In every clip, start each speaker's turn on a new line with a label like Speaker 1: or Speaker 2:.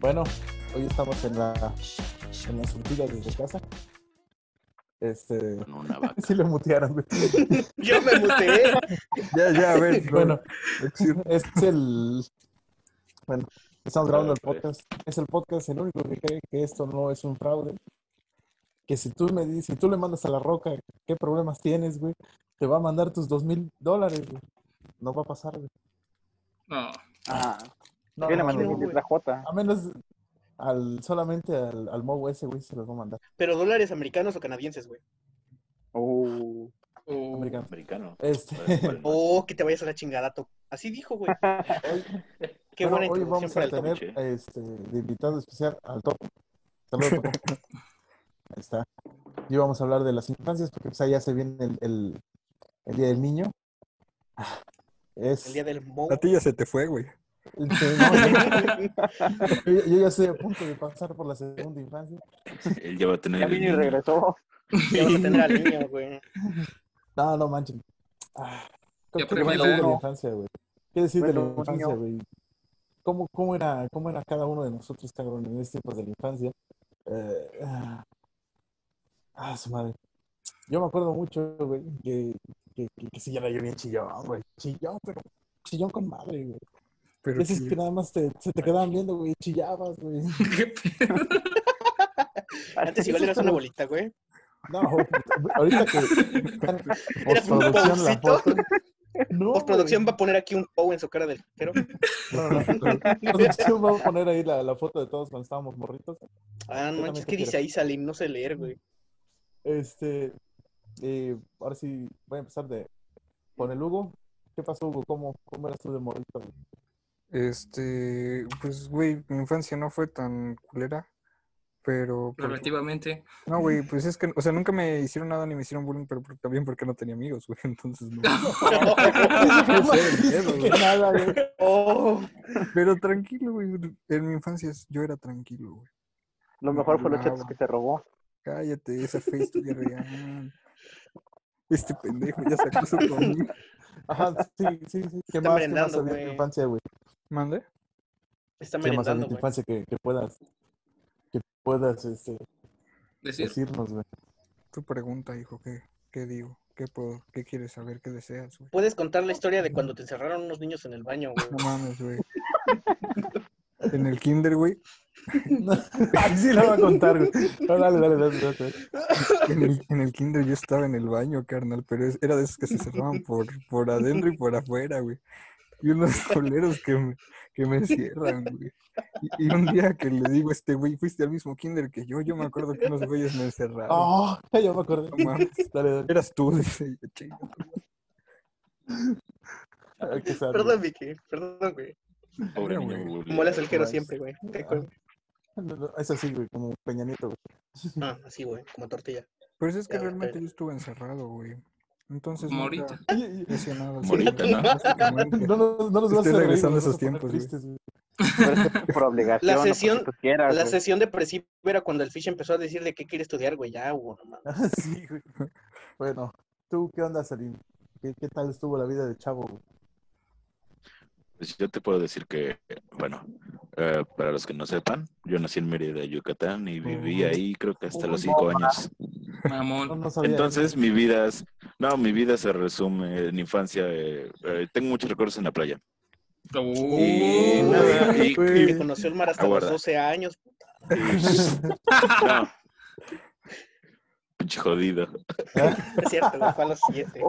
Speaker 1: Bueno, hoy estamos en la en las surtidas desde casa. Este,
Speaker 2: con una vaca.
Speaker 1: sí lo mutearon. güey.
Speaker 3: Yo me muteé.
Speaker 4: Ya, ya, a ver.
Speaker 1: Bueno, este es el bueno, estamos grabando el podcast. Es el podcast el único que cree que esto no es un fraude. Que si tú me dices, si tú le mandas a la roca qué problemas tienes, güey, te va a mandar tus dos mil dólares, güey. No va a pasar, güey.
Speaker 3: No.
Speaker 4: Ah,
Speaker 1: No,
Speaker 4: yo le
Speaker 1: no,
Speaker 4: mandé
Speaker 1: no,
Speaker 4: mi
Speaker 1: güey.
Speaker 4: letra J.
Speaker 1: A menos al, solamente al, al Mow ese, güey, se los va a mandar.
Speaker 3: Pero dólares americanos o canadienses, güey.
Speaker 4: Oh.
Speaker 3: O-
Speaker 1: Americano.
Speaker 2: Americano.
Speaker 1: Este,
Speaker 3: O Oh, que te vayas a la chingadato. Así dijo, güey.
Speaker 1: hoy,
Speaker 3: Qué
Speaker 1: bueno,
Speaker 3: buena
Speaker 1: hoy vamos
Speaker 3: introducción
Speaker 1: a
Speaker 3: para el top.
Speaker 1: tener
Speaker 2: Topo,
Speaker 1: este, de invitado especial al Topo. Saludos, Topo. Ahí está. Y vamos a hablar de las infancias, porque pues, ahí ya se viene el, el, el Día del Niño. Ah, Es,
Speaker 3: El día del Mo.
Speaker 5: A ti ya se te fue, güey.
Speaker 1: no, yo, yo- yo ya estoy a punto de pasar por la segunda infancia.
Speaker 2: Él ya va a tener.
Speaker 4: Ya
Speaker 2: el
Speaker 4: vino y
Speaker 2: niño.
Speaker 4: regresó.
Speaker 3: Ya vas a tener al niño, güey.
Speaker 1: No, no manchen. Ah,
Speaker 6: Ya
Speaker 1: ¿Qué qué decir
Speaker 6: prevela.
Speaker 1: de la infancia, güey? ¿Qué decir de la
Speaker 4: Bueno,
Speaker 1: infancia,
Speaker 4: niño.
Speaker 1: güey? ¿Cómo, cómo, era, ¿Cómo era cada uno de nosotros, cabrón, en este tiempo de la infancia? Eh, ah, ah, su madre. Yo me acuerdo mucho, güey, que, que, que, que sí era yo bien chillón, güey. Chillón, pero chillón con madre, güey.
Speaker 5: Pero
Speaker 1: Veces
Speaker 5: sí,
Speaker 1: que nada más te, se te quedaban viendo, güey, y chillabas, güey.
Speaker 6: ¿Qué pedo?
Speaker 3: Antes igual eras una bolita, güey.
Speaker 1: No, ahorita que están
Speaker 3: ¿Eras un
Speaker 1: postproducción la
Speaker 3: pausito?
Speaker 1: foto. No,
Speaker 3: Postproducción
Speaker 1: güey.
Speaker 3: va a poner aquí un Pou en su cara del pero
Speaker 1: No, no, no. Producción va a poner ahí la, la foto de todos cuando estábamos morritos.
Speaker 3: Ah, no manches, ¿qué dice ahí Salim? No sé leer, güey.
Speaker 1: Este, eh, ahora sí voy a empezar de con el Hugo. ¿Qué pasó, Hugo? ¿Cómo, cómo eras tú de morrito? güey?
Speaker 5: Este, pues, güey, mi infancia no fue tan culera, pero... porque-
Speaker 6: Relativamente.
Speaker 5: No, güey, pues es que, o sea, nunca me hicieron nada ni me hicieron bullying, pero por- también porque no tenía amigos, güey, entonces no.
Speaker 1: Dice que nada, güey.
Speaker 3: Oh,
Speaker 5: Pero tranquilo, güey, en mi infancia es- yo era tranquilo, güey.
Speaker 4: Lo mejor fue los
Speaker 5: Ah,
Speaker 4: chetos
Speaker 5: bueno.
Speaker 4: que se robó.
Speaker 5: Cállate, esa fe historia real. Este pendejo ya sacó su conmigo.
Speaker 1: Ajá, sí, sí, sí. ¿Qué más, ¿Qué
Speaker 3: Está
Speaker 1: más
Speaker 3: merendando,
Speaker 1: había en tu
Speaker 3: güey.
Speaker 1: infancia, güey?
Speaker 5: ¿Mande?
Speaker 3: está
Speaker 1: ¿Qué más había
Speaker 3: merendando,
Speaker 1: en tu
Speaker 3: güey.
Speaker 1: infancia que, que puedas, que puedas este,
Speaker 6: Decir,
Speaker 1: decirnos, güey?
Speaker 5: Tu pregunta, hijo, ¿qué, qué digo? ¿Qué puedo? ¿Qué quieres saber? ¿Qué deseas, güey?
Speaker 3: Puedes contar la historia de cuando te encerraron unos niños en el baño, güey.
Speaker 5: No mames, güey. En el kinder, güey.
Speaker 1: Ay, Ah, sí lo va a contar, güey. No, dale, dale, dale. dale, dale.
Speaker 5: En el, en el kinder yo estaba en el baño, carnal, pero es- era de esos que se cerraban por, por adentro y por afuera, güey. Y unos coleros que me, que me cierran, güey. Y, y un día que le digo a este güey, fuiste al mismo kinder que yo, yo me acuerdo que unos güeyes me encerraron.
Speaker 1: Oh, ya me acordé.
Speaker 5: No mames.
Speaker 1: Dale, dale.
Speaker 5: Eras tú, dice yo, "Chinga".
Speaker 1: Ay, qué sad, güey.
Speaker 3: Perdón, Vicky. Perdón, güey.
Speaker 2: Pobre
Speaker 5: Mira,
Speaker 2: niño,
Speaker 5: güey.
Speaker 2: güey.
Speaker 3: Molas el jero
Speaker 1: Nice.
Speaker 3: siempre, güey. Te acuerdas.
Speaker 1: No, no, Eso sí, güey, como Peña Nieto, güey.
Speaker 3: Ah, así, güey, como tortilla.
Speaker 5: Pero es que
Speaker 3: Ya,
Speaker 5: realmente
Speaker 3: pero-
Speaker 5: yo estuve encerrado, güey. Entonces
Speaker 6: Como
Speaker 5: nunca
Speaker 3: Ah.
Speaker 6: ahorita.
Speaker 1: Y- y-
Speaker 5: hice nada.
Speaker 2: Morita, ¿no?
Speaker 5: Básicamente.
Speaker 1: No, nos- no nos vas a
Speaker 5: Estoy
Speaker 1: hacer
Speaker 5: regresando a
Speaker 1: nos vas poner
Speaker 5: esos tiempos, güey.
Speaker 1: tristes, güey.
Speaker 4: Pero es que por obligación.
Speaker 3: La
Speaker 4: no porque
Speaker 3: sesión-
Speaker 4: tú quieras,
Speaker 3: La
Speaker 4: güey.
Speaker 3: sesión depresiva era cuando el Fish empezó a decirle qué quiere estudiar, güey. Ya, güey. no mames.
Speaker 1: Ah, sí, güey. Bueno, ¿tú qué onda, Salim? ¿Qué, qué tal estuvo la vida de Chavo? güey?
Speaker 2: Pues yo te puedo decir que, bueno, eh, para los que no sepan, yo nací en Mérida, Yucatán, y viví
Speaker 1: Ujú.
Speaker 2: ahí creo que hasta los
Speaker 4: Uy, no,
Speaker 2: cinco años.
Speaker 1: No,
Speaker 6: mamón.
Speaker 1: no sabía.
Speaker 2: Entonces, mi vida, es- no, mi vida se resume en infancia. eh, eh, tengo muchos recuerdos en la playa.
Speaker 6: Oh,
Speaker 3: Uh.
Speaker 2: Y nada, y-
Speaker 1: güey.
Speaker 2: y-
Speaker 3: Me conoció el mar hasta
Speaker 2: Aguarda.
Speaker 3: los 12 años.
Speaker 2: no. Pinche jodido.
Speaker 3: Es cierto, güey, fue a los 7.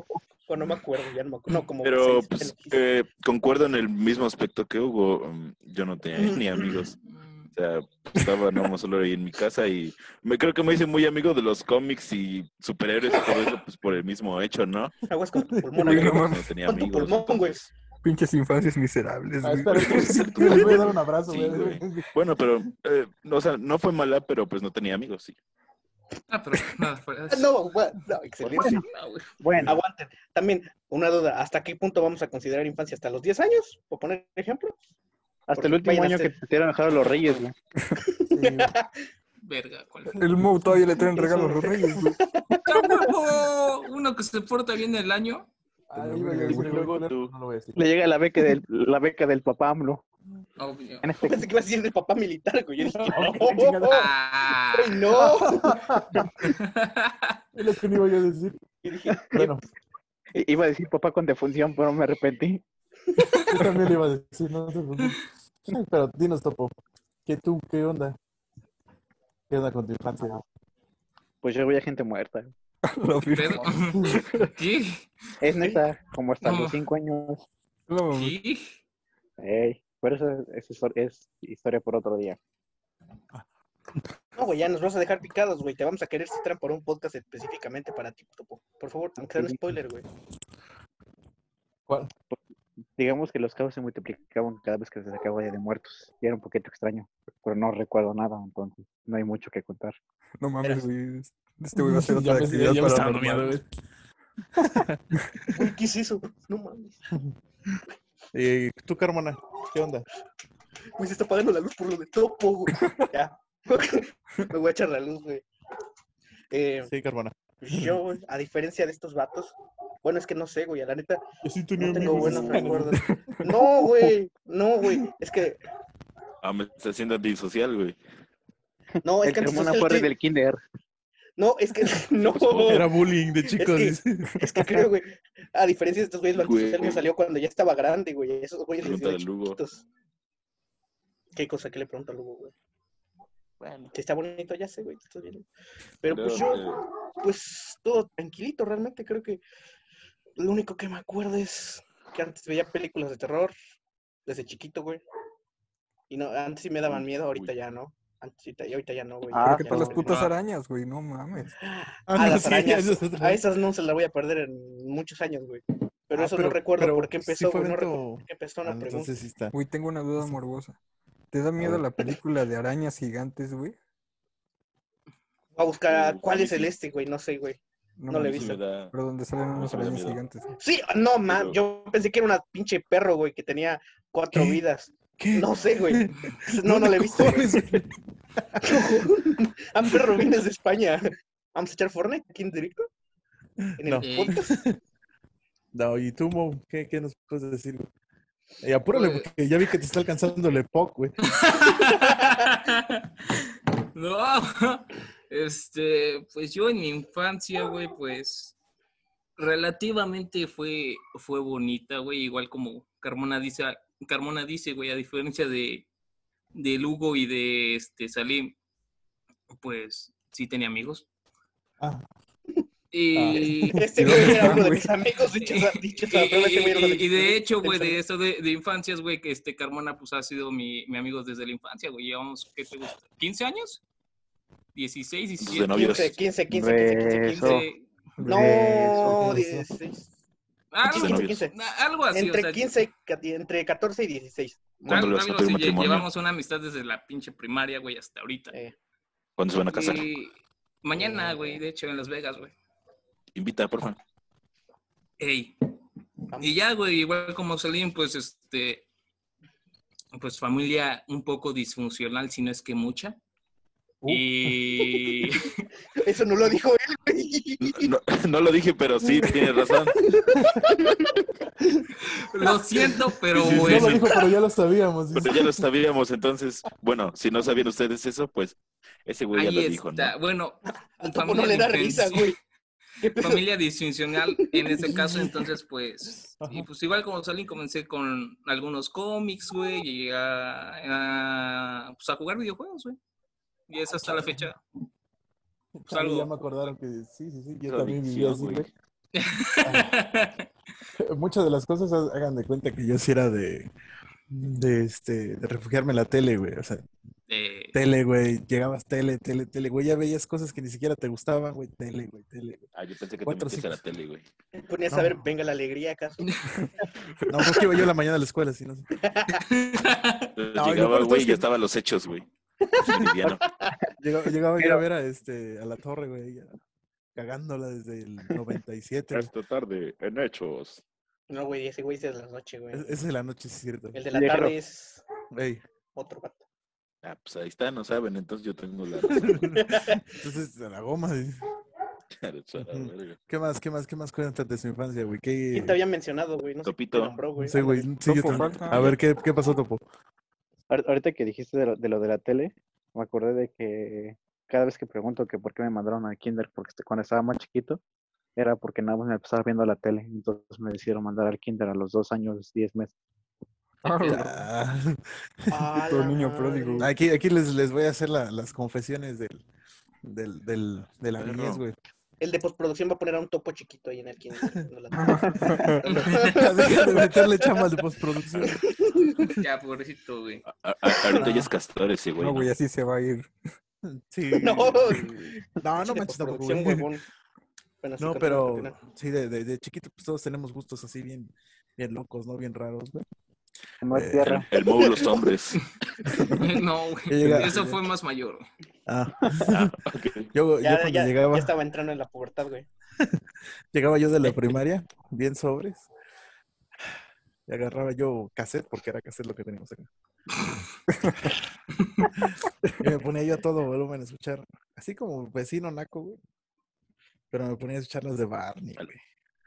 Speaker 3: O no me acuerdo, ya no me acuerdo. No, como
Speaker 2: Pero
Speaker 3: seis,
Speaker 2: pues,
Speaker 3: pero-
Speaker 2: eh, concuerdo en el mismo aspecto que Hugo. mm, Yo no tenía ni amigos.
Speaker 6: mm,
Speaker 2: O sea, estaba nomás solo ahí en mi casa y me creo que me hice muy amigo de los cómics y superhéroes y todo eso, pues por el mismo hecho, ¿no?
Speaker 3: Aguas con tu pulmón,
Speaker 5: Güey,
Speaker 3: amigo.
Speaker 5: no
Speaker 2: Porque
Speaker 5: mames.
Speaker 2: no tenía
Speaker 3: Con tu
Speaker 2: amigos.
Speaker 3: pulmón, güey.
Speaker 2: entonces-
Speaker 5: Pinches infancias miserables,
Speaker 1: Ah,
Speaker 5: güey.
Speaker 1: espera, espera, espera, les voy a dar un abrazo,
Speaker 2: Sí,
Speaker 1: güey.
Speaker 2: Bueno, pero, eh, no, o sea, no fue mala, pero pues no tenía amigos, sí.
Speaker 6: Ah, pero nada, fuera.
Speaker 3: Ah, No, güey, no, excelente.
Speaker 6: No, güey.
Speaker 4: Bueno,
Speaker 3: Aguanten. También, una duda, ¿hasta qué punto vamos a considerar infancia? ¿Hasta los 10 años? Por poner ejemplo.
Speaker 4: hasta el
Speaker 3: porque
Speaker 4: último
Speaker 3: vayan a
Speaker 4: año que
Speaker 3: hacer-
Speaker 4: te hicieron dejar a los reyes, güey.
Speaker 1: Sí, güey.
Speaker 6: Verga, ¿cuál fue?
Speaker 5: El Mo todavía le traen regalos a los reyes, güey.
Speaker 6: ¡Ah, huevo! Uno que se porta bien el año.
Speaker 1: Ah, iba a
Speaker 5: verga,
Speaker 1: decir
Speaker 5: güey.
Speaker 1: algo,
Speaker 2: Luego
Speaker 1: pero
Speaker 2: tú.
Speaker 1: No lo voy a decir.
Speaker 4: Le llega la beca del, la beca del papá AMLO.
Speaker 6: Obvio.
Speaker 4: En este
Speaker 3: Pensé que iba a decir el papá militar, güey. Yo dije, no,
Speaker 1: chingada.
Speaker 6: Ah.
Speaker 3: güey, no.
Speaker 1: Es lo que no iba yo a decir.
Speaker 3: Y dije,
Speaker 1: Bueno,
Speaker 4: I- Iba a decir papá con defunción, pero me arrepentí.
Speaker 1: yo también le iba a decir, no te preocupes. Ay, Pero dinos, Topo, ¿qué tú, qué onda? ¿Qué onda con tu infancia?
Speaker 4: Pues yo voy a gente muerta.
Speaker 5: La
Speaker 6: Pero-
Speaker 5: firma.
Speaker 6: ¿Qué?
Speaker 4: Es neta, como hasta
Speaker 6: No.
Speaker 4: los cinco años.
Speaker 5: La mamá.
Speaker 6: ¿Qué?
Speaker 4: Ey, pero eso es, es- es historia por otro día.
Speaker 3: no, güey, ya nos vas a dejar picados, güey. Te vamos a querer citrar por un podcast específicamente para ti, Topo. Por favor, aunque sea un spoiler, güey.
Speaker 1: ¿Cuál?
Speaker 4: Digamos que los cabos se multiplicaban cada vez que se sacaba Día de muertos. Y era un poquito extraño, pero no recuerdo nada, entonces no hay mucho que contar.
Speaker 5: No mames,
Speaker 3: Eras-
Speaker 5: güey. Este güey va a hacer
Speaker 1: Ya me- ya
Speaker 5: otra actividad
Speaker 1: me
Speaker 5: para
Speaker 1: estaba durmiendo, güey.
Speaker 3: Güey, ¿qué es eso? No mames.
Speaker 1: Eh, ¿Tú, Carmona? ¿Qué onda?
Speaker 3: Güey, se está apagando la luz por lo de Topo, güey. Ya. Me voy a echar la luz, güey. Eh,
Speaker 1: Sí, Carmona.
Speaker 3: Yo, güey, a diferencia de estos vatos, bueno, es que no sé, güey, a la neta,
Speaker 1: Yo sí tenía
Speaker 3: no tengo
Speaker 1: amigos.
Speaker 3: buenos recuerdos. No, güey, no, güey, es que,
Speaker 2: Ah, me está haciendo antisocial, güey.
Speaker 3: no, es
Speaker 4: El
Speaker 3: Pues que antes
Speaker 4: Carmona
Speaker 3: social
Speaker 4: fue
Speaker 3: estoy-
Speaker 4: del kinder.
Speaker 3: No, es que, no,
Speaker 1: Era bullying de chicos.
Speaker 3: Es es que creo, güey, a diferencia de estos güeyes, lo
Speaker 2: Güey.
Speaker 3: antisocial me salió cuando ya estaba grande, güey, esos güeyes les
Speaker 2: Pregúntale
Speaker 3: dio
Speaker 2: a Lugo.
Speaker 3: chiquitos. ¿Qué cosa? ¿Qué le pregunto a Lugo, güey? Bueno. Que está bonito, ya sé, güey, que estás bien. Pero pues yo,
Speaker 2: Pero, eh,
Speaker 3: pues todo tranquilito, realmente creo que lo único que me acuerdo es que antes veía películas de terror desde chiquito, güey. Y no, antes sí me daban miedo, ahorita
Speaker 2: Uy.
Speaker 3: ya no. Antes sí te- y ahorita ya no, güey.
Speaker 4: Ah,
Speaker 5: ¿Qué
Speaker 3: Ya
Speaker 5: tal
Speaker 3: no,
Speaker 5: las
Speaker 3: güey.
Speaker 5: putas
Speaker 6: Ah.
Speaker 5: arañas, güey? No mames.
Speaker 1: Ah,
Speaker 3: a
Speaker 1: no,
Speaker 3: las
Speaker 1: sí,
Speaker 3: arañas.
Speaker 1: eso es otra
Speaker 3: A
Speaker 1: vez.
Speaker 3: esas no se las voy a perder en muchos años, güey. Pero
Speaker 1: Ah,
Speaker 3: eso no
Speaker 1: pero-
Speaker 3: recuerdo
Speaker 1: pero
Speaker 3: por qué
Speaker 1: sí
Speaker 3: empezó,
Speaker 1: fue
Speaker 3: güey. No
Speaker 1: evento-
Speaker 3: recuerdo por qué empezó
Speaker 1: Ah,
Speaker 3: una pregunta.
Speaker 1: entonces sí está.
Speaker 5: Güey, tengo una duda
Speaker 1: Sí.
Speaker 5: morbosa. ¿Te da miedo
Speaker 1: ver.
Speaker 5: la película de arañas gigantes, güey?
Speaker 3: Voy a buscar a-
Speaker 2: Uh,
Speaker 3: cuál
Speaker 2: sí,
Speaker 3: es el
Speaker 2: sí.
Speaker 3: este, güey. No sé, güey. No
Speaker 5: mames,
Speaker 3: le he
Speaker 2: sí
Speaker 3: visto.
Speaker 2: me da-
Speaker 5: Pero donde salen unas
Speaker 2: me da
Speaker 5: arañas
Speaker 2: miedo.
Speaker 5: gigantes. güey.
Speaker 3: Sí, no, man.
Speaker 2: Pero-
Speaker 3: Yo pensé que era una pinche perro, güey, que tenía cuatro
Speaker 1: ¿Qué?
Speaker 3: vidas.
Speaker 1: ¿Qué?
Speaker 3: No sé, güey. No, no le he visto. güey. Han perro vienes de España. ¿Vamos a echar Fortnite aquí en directo? ¿En el
Speaker 1: No.
Speaker 3: podcast?
Speaker 1: No, ¿y tú, Mo? ¿Qué, qué nos puedes decir? Y apúrale,
Speaker 6: Pues-
Speaker 1: porque ya vi que te está alcanzando el EPOC, güey.
Speaker 6: no. Este, pues yo en mi infancia, güey, pues relativamente fue, fue bonita, güey. Igual como Carmona dice, Carmona dice, güey, a diferencia de, de Lugo y de este Salim, pues sí tenía amigos.
Speaker 1: Ah,
Speaker 6: Y,
Speaker 3: Este
Speaker 5: ¿Y
Speaker 3: güey
Speaker 5: dónde
Speaker 3: era uno de
Speaker 5: están,
Speaker 3: mis amigos, dicho sea, dicho sea,
Speaker 6: y-
Speaker 3: pero este güey era uno
Speaker 6: y- y
Speaker 3: mis-
Speaker 6: de hecho, güey, de
Speaker 3: pensaba-
Speaker 6: eso de, de infancias, güey, que este Carmona, pues ha sido mi, mi amigo desde la infancia, güey. Llevamos, ¿qué te gusta? ¿15 años? 16,
Speaker 2: Pues de
Speaker 6: 17.
Speaker 2: novios.
Speaker 3: 15, 15, 15, 15, 15, 15.
Speaker 4: Beso.
Speaker 6: 15.
Speaker 3: No,
Speaker 1: Beso.
Speaker 3: 16.
Speaker 6: Ah, Algo,
Speaker 3: 15,
Speaker 2: novios.
Speaker 3: 15.
Speaker 6: algo así, o
Speaker 3: Entre
Speaker 6: sea,
Speaker 3: 15, y ca- entre 14 y 16.
Speaker 2: ¿Cuándo
Speaker 6: algo,
Speaker 2: les
Speaker 6: algo
Speaker 2: tocó el
Speaker 6: así. lle-
Speaker 2: matrimonio?
Speaker 6: Llevamos una amistad desde la pinche primaria, güey, hasta ahorita.
Speaker 3: Eh,
Speaker 2: ¿Cuándo se van a casar?
Speaker 6: Y mañana,
Speaker 2: Eh.
Speaker 6: güey, de hecho, en Las Vegas, güey.
Speaker 2: Invita, por favor.
Speaker 6: Ey. Y ya, güey, igual como Salim, pues este, pues familia un poco disfuncional, si no es que mucha.
Speaker 1: Uh.
Speaker 6: Y
Speaker 3: Eso no lo dijo él, güey.
Speaker 2: No, no lo dije, pero sí, tienes razón.
Speaker 6: lo siento, pero
Speaker 2: Sí, sí,
Speaker 1: no
Speaker 2: sí,
Speaker 1: lo
Speaker 6: bueno.
Speaker 1: dijo, pero ya lo sabíamos.
Speaker 2: Pero ya lo sabíamos, entonces, bueno, si no sabían ustedes eso, pues ese güey ya
Speaker 6: Ahí
Speaker 2: lo
Speaker 6: está.
Speaker 2: dijo, ¿no?
Speaker 6: Bueno,
Speaker 3: Al topo no le da risa,
Speaker 6: disfuncional-
Speaker 3: güey. ¿Qué pedo?
Speaker 6: familia disfuncional en este caso, entonces pues, y pues igual como Salim comencé con algunos cómics, güey, y a, a, pues, a jugar videojuegos, güey. Y es
Speaker 2: Ah,
Speaker 6: hasta la fecha. Pues
Speaker 1: Ah,
Speaker 6: algo.
Speaker 1: Ya me acordaron que sí, sí, sí, yo
Speaker 2: Esa
Speaker 1: también vivía
Speaker 2: adicción,
Speaker 1: así,
Speaker 2: güey.
Speaker 1: güey. Muchas de las cosas ha- hagan de cuenta que yo sí era de, de, este, de refugiarme en la tele, güey. O sea,
Speaker 6: Eh,
Speaker 1: tele, güey, llegabas tele, tele, tele, güey, ya veías cosas que ni siquiera te gustaban, güey, tele, güey, tele, güey.
Speaker 2: Ah, yo pensé que te
Speaker 1: Cuatro,
Speaker 2: metías a la
Speaker 1: cinco.
Speaker 2: tele, güey.
Speaker 3: Te Ponías a
Speaker 1: No.
Speaker 3: ver, venga la alegría, acaso.
Speaker 1: No, porque iba yo en la mañana a la escuela, así, no sé.
Speaker 2: Entonces
Speaker 1: No, y lo peor de
Speaker 2: llegaba,
Speaker 1: todo
Speaker 2: güey,
Speaker 1: es
Speaker 2: y
Speaker 1: que-
Speaker 2: ya estaban los hechos, güey. Liviano.
Speaker 1: Llegaba, llegaba yo
Speaker 4: Pero-
Speaker 1: a ver a, este, a la torre, güey, ya, cagándola desde el 97, güey.
Speaker 2: Esta tarde, en hechos.
Speaker 3: No, güey, ese güey es de la noche, güey.
Speaker 1: Es, es de la noche, sí, es cierto.
Speaker 3: El de la
Speaker 4: Viejero.
Speaker 3: tarde es
Speaker 1: Ey.
Speaker 3: otro vato.
Speaker 2: Ah, pues ahí está, no saben, entonces yo tengo la razón.
Speaker 1: Entonces, a la goma. güey. ¿Qué más, qué más, qué más cuentas de su infancia, güey? ¿Qué-
Speaker 3: ¿Quién te había mencionado, güey? No sé quién te
Speaker 2: Topito.
Speaker 3: nombró, güey.
Speaker 1: Sí, güey. sí, yo
Speaker 5: Topo,
Speaker 1: también.
Speaker 5: falta.
Speaker 1: A ver, ¿qué, qué pasó, Topo?
Speaker 4: Ahor- Ahorita que dijiste de lo, de lo de la tele, me acordé de que cada vez que pregunto que por qué me mandaron a kinder, porque este- cuando estaba más chiquito, era porque nada más me pasaba viendo la tele, entonces me decidieron mandar al kinder a los dos años, diez meses.
Speaker 1: Ah,
Speaker 3: Ah,
Speaker 5: Todo
Speaker 3: la
Speaker 5: niño
Speaker 3: madre.
Speaker 5: pródigo.
Speaker 1: Aquí, aquí les, les voy a hacer la- las confesiones del, del, del, de la
Speaker 2: Perro.
Speaker 1: niñez, güey.
Speaker 3: El de postproducción va a poner a un topo chiquito ahí en el kinder. No la-
Speaker 1: Deja de meterle chamba de postproducción.
Speaker 6: Ya, pobrecito, güey.
Speaker 2: A- a- Ahorita ya es castor ese güey.
Speaker 5: No,
Speaker 2: ¿no?
Speaker 5: güey, así se va a ir.
Speaker 1: Sí.
Speaker 3: No.
Speaker 1: no,
Speaker 3: Pinche
Speaker 1: Ah, no
Speaker 3: de
Speaker 1: manches tampoco,
Speaker 3: postproducción,
Speaker 1: güey.
Speaker 3: huevón. Bueno, sí,
Speaker 1: No,
Speaker 3: continúa,
Speaker 1: pero
Speaker 3: continúa.
Speaker 1: sí, de, de, de chiquito, pues todos tenemos gustos así bien, bien locos, ¿no? Bien raros, güey.
Speaker 4: No
Speaker 1: Eh,
Speaker 4: es tierra.
Speaker 2: El móvil los hombres.
Speaker 6: No, güey.
Speaker 1: Yo llegaba-
Speaker 6: Eso fue más mayor. güey.
Speaker 1: Ah,
Speaker 2: Ah, ok.
Speaker 1: yo, yo
Speaker 3: Ya,
Speaker 1: cuando
Speaker 3: ya,
Speaker 1: llegaba,
Speaker 3: ya estaba entrando en la pubertad, güey.
Speaker 1: llegaba yo de la primaria, bien sobres. Y agarraba yo cassette, porque era cassette lo que teníamos acá. y me ponía yo a todo volumen a escuchar, así como vecino naco, güey. Pero me ponía a escuchar las de Barney, güey.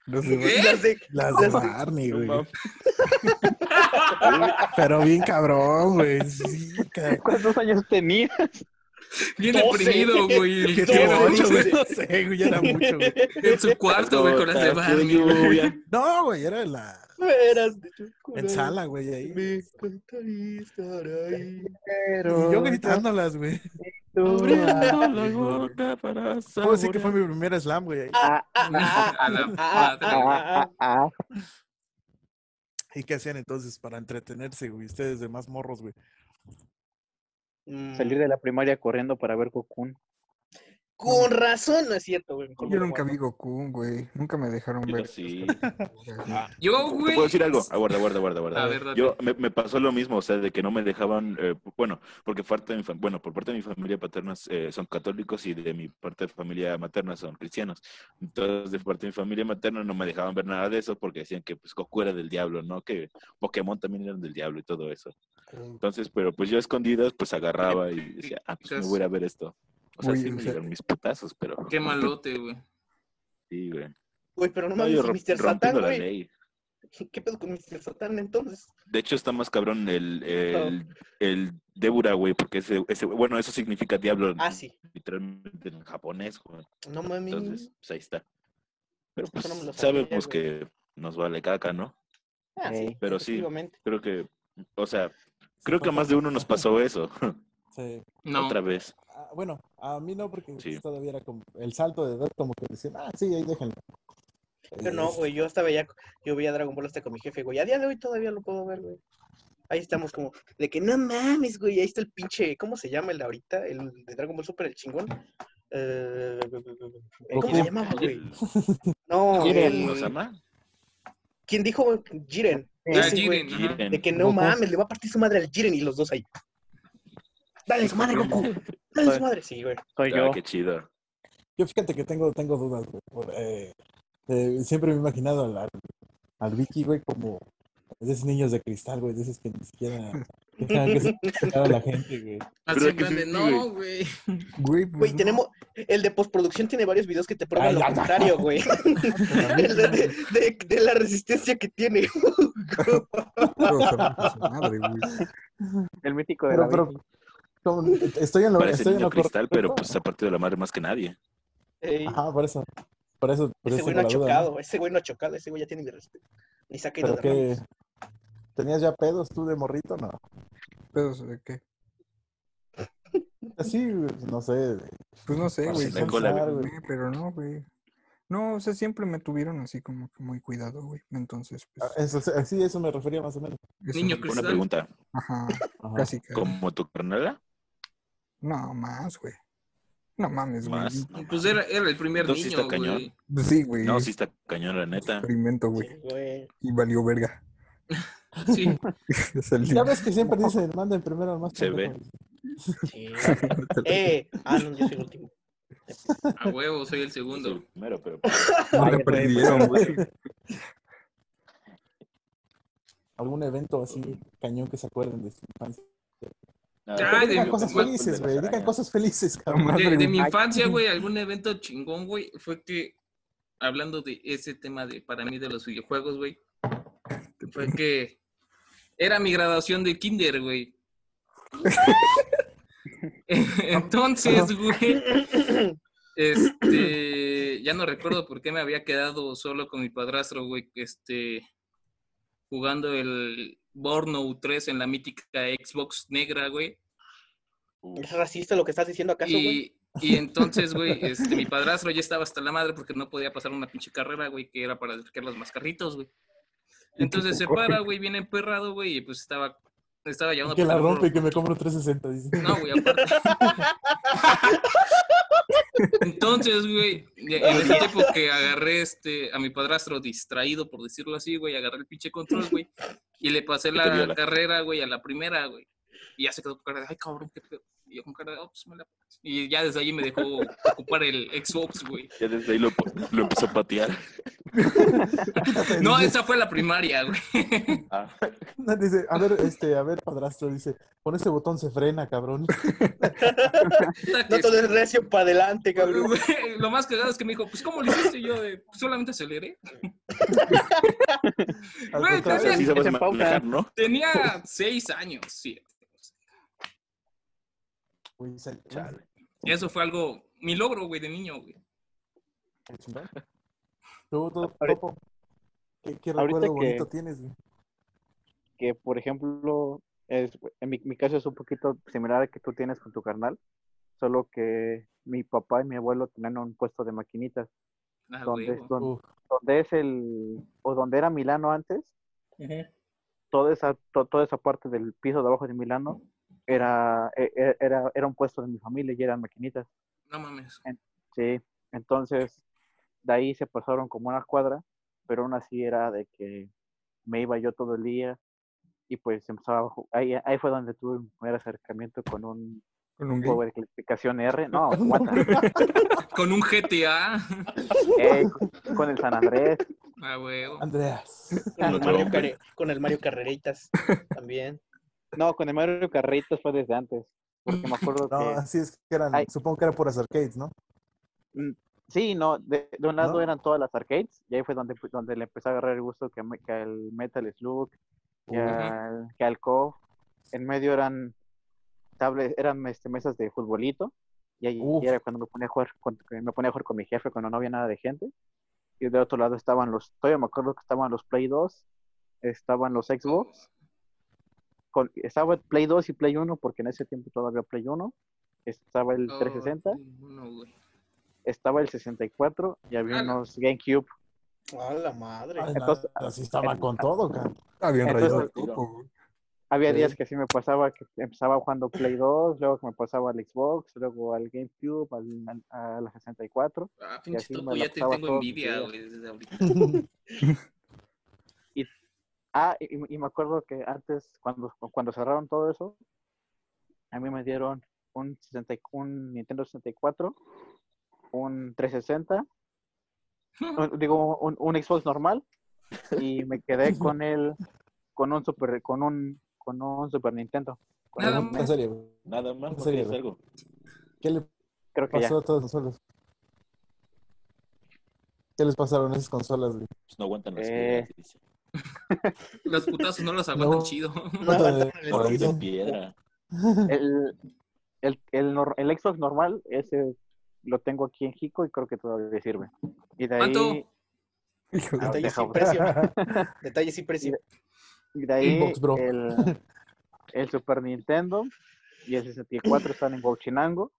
Speaker 5: No se va.
Speaker 6: ¿Qué?
Speaker 3: Las de-
Speaker 1: Las de Barney, güey. Pero bien cabrón, güey. Sí, ca-
Speaker 4: ¿Cuántos años tenía?
Speaker 6: Bien
Speaker 3: Doce.
Speaker 6: deprimido, güey. El que
Speaker 3: Doce.
Speaker 6: tiene ocho, güey.
Speaker 1: No sé, güey, ya era mucho, güey.
Speaker 6: En su cuarto, güey, con las de
Speaker 2: Hasta
Speaker 6: Barney, güey.
Speaker 2: lluvia.
Speaker 1: No, güey, era en la...
Speaker 3: Eras de chocolate.
Speaker 1: En sala, güey, ahí.
Speaker 3: Me encantaría estar ahí.
Speaker 1: Y yo gritándolas, güey.
Speaker 2: Abriendo la boca para
Speaker 1: Puedo decir que fue
Speaker 2: saborear.
Speaker 1: mi primer slam, güey. ahí.
Speaker 6: A la
Speaker 3: Ah,
Speaker 6: madre, güey.
Speaker 4: Ah, ah,
Speaker 1: ¿Y qué hacían entonces para entretenerse, güey? Ustedes de más morros, güey.
Speaker 3: mm.
Speaker 4: ah. Salir de la primaria corriendo para ver Cocoon.
Speaker 3: Con razón, no es cierto, güey. mejor
Speaker 5: Yo
Speaker 3: me
Speaker 5: nunca
Speaker 3: guardo.
Speaker 5: vi Goku, güey. Nunca me dejaron
Speaker 2: Yo
Speaker 5: ver.
Speaker 2: sí.
Speaker 5: esas caricaturas,
Speaker 3: ah.
Speaker 5: güey.
Speaker 6: Yo,
Speaker 2: ¿Te
Speaker 6: güey.
Speaker 2: puedo decir algo? Aguarda, aguarda, aguarda,
Speaker 6: A
Speaker 2: aguarda.
Speaker 6: ver, date.
Speaker 2: Yo me, me pasó lo mismo, o sea, de que no me dejaban, eh, bueno, porque parte de mi fam- bueno, por parte de mi familia paterna eh, son católicos y de mi parte de familia materna son cristianos. Entonces, de parte de mi familia materna no me dejaban ver nada de eso porque decían que pues Goku era del diablo, ¿no? Que Pokémon también eran del diablo y todo eso. Entonces, pero pues yo a escondidas pues agarraba y decía, ah, pues me voy a ir a ver esto. O sea,
Speaker 5: Uy,
Speaker 2: sí
Speaker 5: o
Speaker 2: me
Speaker 5: sea-
Speaker 2: llegaron mis putazos, pero
Speaker 6: Qué malote, güey.
Speaker 2: sí, güey.
Speaker 3: Güey, pero no
Speaker 2: No,
Speaker 3: mames,
Speaker 2: yo
Speaker 3: Mr.
Speaker 2: romp-
Speaker 3: Satán,
Speaker 2: rompiendo la
Speaker 3: güey.
Speaker 2: ley.
Speaker 3: ¿Qué pedo con Mr. Satán entonces?
Speaker 2: De hecho, está más cabrón el, el, el Débora, güey, porque ese, ese, bueno, eso significa diablo
Speaker 3: Ah, sí.
Speaker 2: literalmente en japonés, güey.
Speaker 3: No mames.
Speaker 2: Entonces, pues ahí está. Pero pues
Speaker 3: Eso no me lo sabía,
Speaker 2: sabemos
Speaker 3: güey.
Speaker 2: que nos vale caca, ¿no?
Speaker 3: Ah, sí.
Speaker 4: Ey.
Speaker 2: Pero sí.
Speaker 3: efectivamente.
Speaker 2: Creo que, o sea, creo
Speaker 3: pues,
Speaker 2: que a más de uno nos pasó eso
Speaker 1: Sí.
Speaker 6: No.
Speaker 2: otra vez.
Speaker 1: Ah, bueno, a mí no, porque
Speaker 2: Sí.
Speaker 1: todavía era como el salto de edad, como que decían, ah, sí, ahí déjenlo. Este,
Speaker 3: Pero no, güey, yo hasta veía, yo veía Dragon Ball hasta con mi jefe, güey. A día de hoy todavía lo puedo ver, güey. Ahí estamos como, de que no mames, güey, ahí está el pinche, ¿cómo se llama el de ahorita? El de Dragon Ball Super, el chingón. Eh, ¿Cómo se
Speaker 4: Goku.
Speaker 3: llamaba, güey? No,
Speaker 2: Jiren,
Speaker 3: el,
Speaker 2: ¿nos ama?
Speaker 3: ¿quién dijo Jiren?
Speaker 6: Ah,
Speaker 3: Ese, güey.
Speaker 6: Jiren, ajá.
Speaker 2: Jiren.
Speaker 3: De que no
Speaker 5: Goku.
Speaker 3: mames, le va a partir su madre al Jiren y los dos ahí. Dale su madre, Goku. Dale su madre. Sí, güey.
Speaker 4: Soy
Speaker 2: Ah,
Speaker 4: yo.
Speaker 2: qué chido.
Speaker 1: Yo fíjate que tengo, tengo dudas, güey. por, eh, eh, siempre me he imaginado al, al, al Vicky, güey, como de esos niños de cristal, güey, de esos que ni siquiera que saben que se a la gente, güey.
Speaker 6: Así
Speaker 2: ¿Verdad
Speaker 6: en
Speaker 2: que
Speaker 6: plan de,
Speaker 2: sí,
Speaker 6: no, güey.
Speaker 5: Güey,
Speaker 3: Güey,
Speaker 5: pues, no.
Speaker 3: tenemos. El de postproducción tiene varios videos que te prueban
Speaker 1: Ay,
Speaker 3: lo
Speaker 1: ya, ya.
Speaker 3: contrario, güey. El de, de- de- de la resistencia que tiene.
Speaker 5: Pero se rompe su madre, güey.
Speaker 4: El mítico de
Speaker 1: Pero,
Speaker 4: la
Speaker 1: pero,
Speaker 4: Virgen.
Speaker 1: como- estoy en lo,
Speaker 2: Parece
Speaker 1: estoy en
Speaker 2: niño
Speaker 1: lo
Speaker 2: cristal, pero
Speaker 1: correcto.
Speaker 2: pues ha partido la madre más que nadie.
Speaker 3: Ey,
Speaker 1: Ajá, por eso. Por eso, por
Speaker 3: ese
Speaker 1: eso
Speaker 3: güey
Speaker 1: tengo
Speaker 3: no ha
Speaker 1: la duda,
Speaker 3: chocado, ese güey no ha chocado, ese güey ya tiene mi respeto. Ni saca
Speaker 1: Pero
Speaker 3: de
Speaker 1: que tenías ya pedos tú de morrito, no.
Speaker 5: ¿Pedos de qué?
Speaker 1: Así, no sé. de-
Speaker 5: Pues no sé,
Speaker 1: para
Speaker 5: güey.
Speaker 2: sin
Speaker 5: son-
Speaker 2: alcohol, cola,
Speaker 1: pensar,
Speaker 2: güey.
Speaker 1: güey.
Speaker 5: Eh, Pero no, güey. No, o sea, siempre me tuvieron así como que muy cuidado, güey. Entonces, pues.
Speaker 1: Ah, Eso, sí, eso me refería más o menos.
Speaker 5: eso
Speaker 6: niño
Speaker 5: me-
Speaker 6: cristal.
Speaker 2: Una pregunta,
Speaker 5: Ajá,
Speaker 1: Ajá.
Speaker 5: casi, casi.
Speaker 2: ¿como tu carnala?
Speaker 5: No, más, güey. No mames, güey.
Speaker 2: Más. no
Speaker 6: Pues era, era el primer
Speaker 2: Entonces sí
Speaker 6: niño,
Speaker 2: está
Speaker 6: güey.
Speaker 5: Pues Sí, güey.
Speaker 2: No, sí está cañón, la neta.
Speaker 5: Experimento, güey.
Speaker 3: güey.
Speaker 5: Y valió verga.
Speaker 6: Sí.
Speaker 5: Salí.
Speaker 1: Ya ves que siempre dicen, manden primero al más
Speaker 2: Se ve.
Speaker 1: pendejo".
Speaker 3: Sí. Eh, ah, no, yo soy el último.
Speaker 6: A huevo, soy el
Speaker 2: Sí,
Speaker 6: segundo.
Speaker 2: Primero, pero...
Speaker 5: No
Speaker 4: Ay,
Speaker 5: le
Speaker 4: güey,
Speaker 5: aprendieron, güey.
Speaker 1: Algún evento así, cañón que se acuerden de su infancia.
Speaker 2: Ah.
Speaker 1: Pero
Speaker 6: Ay,
Speaker 1: digan
Speaker 6: de-
Speaker 1: cosas
Speaker 6: bueno,
Speaker 1: felices, güey. Digan cosas felices, cabrón.
Speaker 5: Madre
Speaker 6: De, de mi
Speaker 5: mía.
Speaker 6: infancia, güey, algún evento chingón, güey, fue que, hablando de ese tema de, para mí, de los videojuegos, güey, fue que era mi graduación de kinder, güey. Entonces, güey, este, ya no recuerdo por qué me había quedado solo con mi padrastro, güey, este, jugando el Burnout 3 en la mítica Xbox negra, güey.
Speaker 3: ¿Es racista lo que estás diciendo acaso, güey?
Speaker 6: Y, y entonces, güey, este, mi padrastro ya estaba hasta la madre porque no podía pasar una pinche carrera, güey, que era para desbloquear los mascarritos, güey. Entonces se para, güey, viene emperrado, güey, y pues estaba, estaba llamando
Speaker 1: Que la rompe y que me compro 360, dice.
Speaker 6: No, güey, aparte. Entonces, güey, en ese tiempo que agarré este, a mi padrastro distraído, por decirlo así, güey, agarré el pinche control, güey, y le pasé
Speaker 2: te viola.
Speaker 6: la carrera, güey, a la primera, güey. Y ya se quedó con cara de, ay, cabrón, qué pedo. Y yo con cara de, oh, pues me la pasas". Y ya desde ahí me dejó ocupar el Xbox, güey.
Speaker 2: Ya desde ahí lo, lo empezó a patear.
Speaker 1: Quítate,
Speaker 6: No,
Speaker 1: dice.
Speaker 6: esa fue la primaria, güey.
Speaker 2: Ah,
Speaker 1: Dice, a ver, este, a ver, padrastro, dice, con ese botón se frena, cabrón.
Speaker 3: No todo es recio para adelante, cabrón.
Speaker 6: Güey, Lo más cagado es que me dijo, pues, ¿cómo lo hiciste? Y yo, de, "Pues, solamente aceleré.
Speaker 1: Al
Speaker 6: Güey,
Speaker 2: o sea,
Speaker 1: contrario,
Speaker 2: sí sabes
Speaker 4: Esa pauta.
Speaker 2: manejar, ¿no?
Speaker 6: Tenía seis años, sí.
Speaker 1: güey, se-
Speaker 2: Chale.
Speaker 6: Eso fue algo, mi logro, güey, de niño, güey.
Speaker 1: qué chingón. Tú, tú,
Speaker 4: Ahorita-
Speaker 1: Topo, ¿qué, qué recuerdo
Speaker 4: ahorita que-
Speaker 1: bonito tienes? güey?
Speaker 4: que, por ejemplo, es- en mi, mi caso es un poquito similar al que tú tienes con tu carnal, solo que mi papá y mi abuelo tenían un puesto de maquinitas,
Speaker 6: Ah,
Speaker 4: donde,
Speaker 6: huevo.
Speaker 4: don-
Speaker 1: Uf,
Speaker 4: donde es el, o donde era Milano antes,
Speaker 6: Ujú.
Speaker 4: toda esa, to- toda esa parte del piso de abajo de Milano era, e- e- era, era un puesto de mi familia y eran maquinitas.
Speaker 6: No mames.
Speaker 4: Sí, entonces de ahí se pasaron como una cuadra, pero aún así era de que me iba yo todo el día y pues empezaba a ju- ahí, ahí fue donde tuve mi primer acercamiento con un
Speaker 5: Con un
Speaker 4: juego
Speaker 5: gay.
Speaker 4: de clasificación R, no, aguanta,
Speaker 6: Con un GTA.
Speaker 4: eh, con el San Andrés,
Speaker 6: Ah, huevo.
Speaker 1: Andreas.
Speaker 3: Con el
Speaker 2: No,
Speaker 3: Mario,
Speaker 2: hombre.
Speaker 3: Carre- con el Mario Carreritas también.
Speaker 4: no, con el Mario Carritos fue desde antes, porque me acuerdo
Speaker 1: No,
Speaker 4: que,
Speaker 1: así es que eran,
Speaker 4: Eh, Ay.
Speaker 1: supongo que eran puras arcades, ¿no?
Speaker 4: sí, no, de, de un lado
Speaker 1: No.
Speaker 4: eran todas las arcades y ahí fue donde, donde le empecé a agarrar el gusto que, me- que al Metal Slug, que
Speaker 6: Ujú.
Speaker 4: al, que al KOF. En medio eran tables, eran este, mesas de futbolito. Y ahí
Speaker 1: Uf.
Speaker 4: y era cuando me ponía a jugar con, que me ponía a jugar con mi jefe cuando no había nada de gente. Y del otro lado estaban los, todavía me acuerdo que estaban los Play 2, estaban los Xbox, con, estaba el Play 2 y Play 1 porque en ese tiempo todavía Play 1, estaba el
Speaker 6: Oh,
Speaker 4: 360,
Speaker 6: uno, güey.
Speaker 4: estaba el 64 y había
Speaker 6: Ah, no.
Speaker 4: unos GameCube.
Speaker 3: A la madre.
Speaker 1: Ay,
Speaker 4: Entonces-
Speaker 1: nada, así estaba con todo, cabrón.
Speaker 5: Está bien
Speaker 4: Entonces-
Speaker 5: rayado el topo, güey.
Speaker 4: Había
Speaker 1: Sí.
Speaker 4: días que así me pasaba, que empezaba jugando Play 2, luego que me pasaba al Xbox, luego al GameCube, al, al- a la 64.
Speaker 6: Ah, pinche
Speaker 4: así me
Speaker 6: topo,
Speaker 4: la
Speaker 6: ya te
Speaker 4: pasaba
Speaker 6: tengo
Speaker 4: todo mi
Speaker 6: envidia,
Speaker 4: día.
Speaker 6: güey, desde ahorita.
Speaker 4: Ah, y, y me acuerdo que antes, cuando, cuando cerraron todo eso, a mí me dieron un, 60 y- un Nintendo 64, un 360, un- digo, un, un Xbox normal, y me quedé con el, con un Super, con un, con un Super Nintendo. Con
Speaker 6: Nada
Speaker 4: el-
Speaker 1: Pregunta seria, güey.
Speaker 2: Nada más,
Speaker 1: ¿En
Speaker 2: no
Speaker 1: serio?
Speaker 2: tienes algo.
Speaker 1: ¿Qué le
Speaker 4: creo que ya.
Speaker 1: pasó a todas las consolas? ¿Qué les pasaron a esas consolas, güey?
Speaker 2: Pues no aguantan las
Speaker 4: Eh.
Speaker 2: piedras. dice.
Speaker 6: Los putazos no los aguantan
Speaker 1: No.
Speaker 6: chido.
Speaker 3: No aguantaron
Speaker 1: Ahora
Speaker 3: el
Speaker 2: Ahora
Speaker 1: dice-
Speaker 3: estilo.
Speaker 2: dicen piedra.
Speaker 4: El, el, el, nor- el Xbox normal, ese lo tengo aquí en Jico y creo que todavía sirve. Y de ahí,
Speaker 6: ¿Cuánto?
Speaker 5: Hijo de-
Speaker 4: Ah,
Speaker 3: Detalles sin
Speaker 4: dejamos.
Speaker 3: precio. Detalles sin precio.
Speaker 4: y de ahí
Speaker 1: Inbox, bro.
Speaker 4: el, el Super Nintendo y el 64 están en Gauchinango.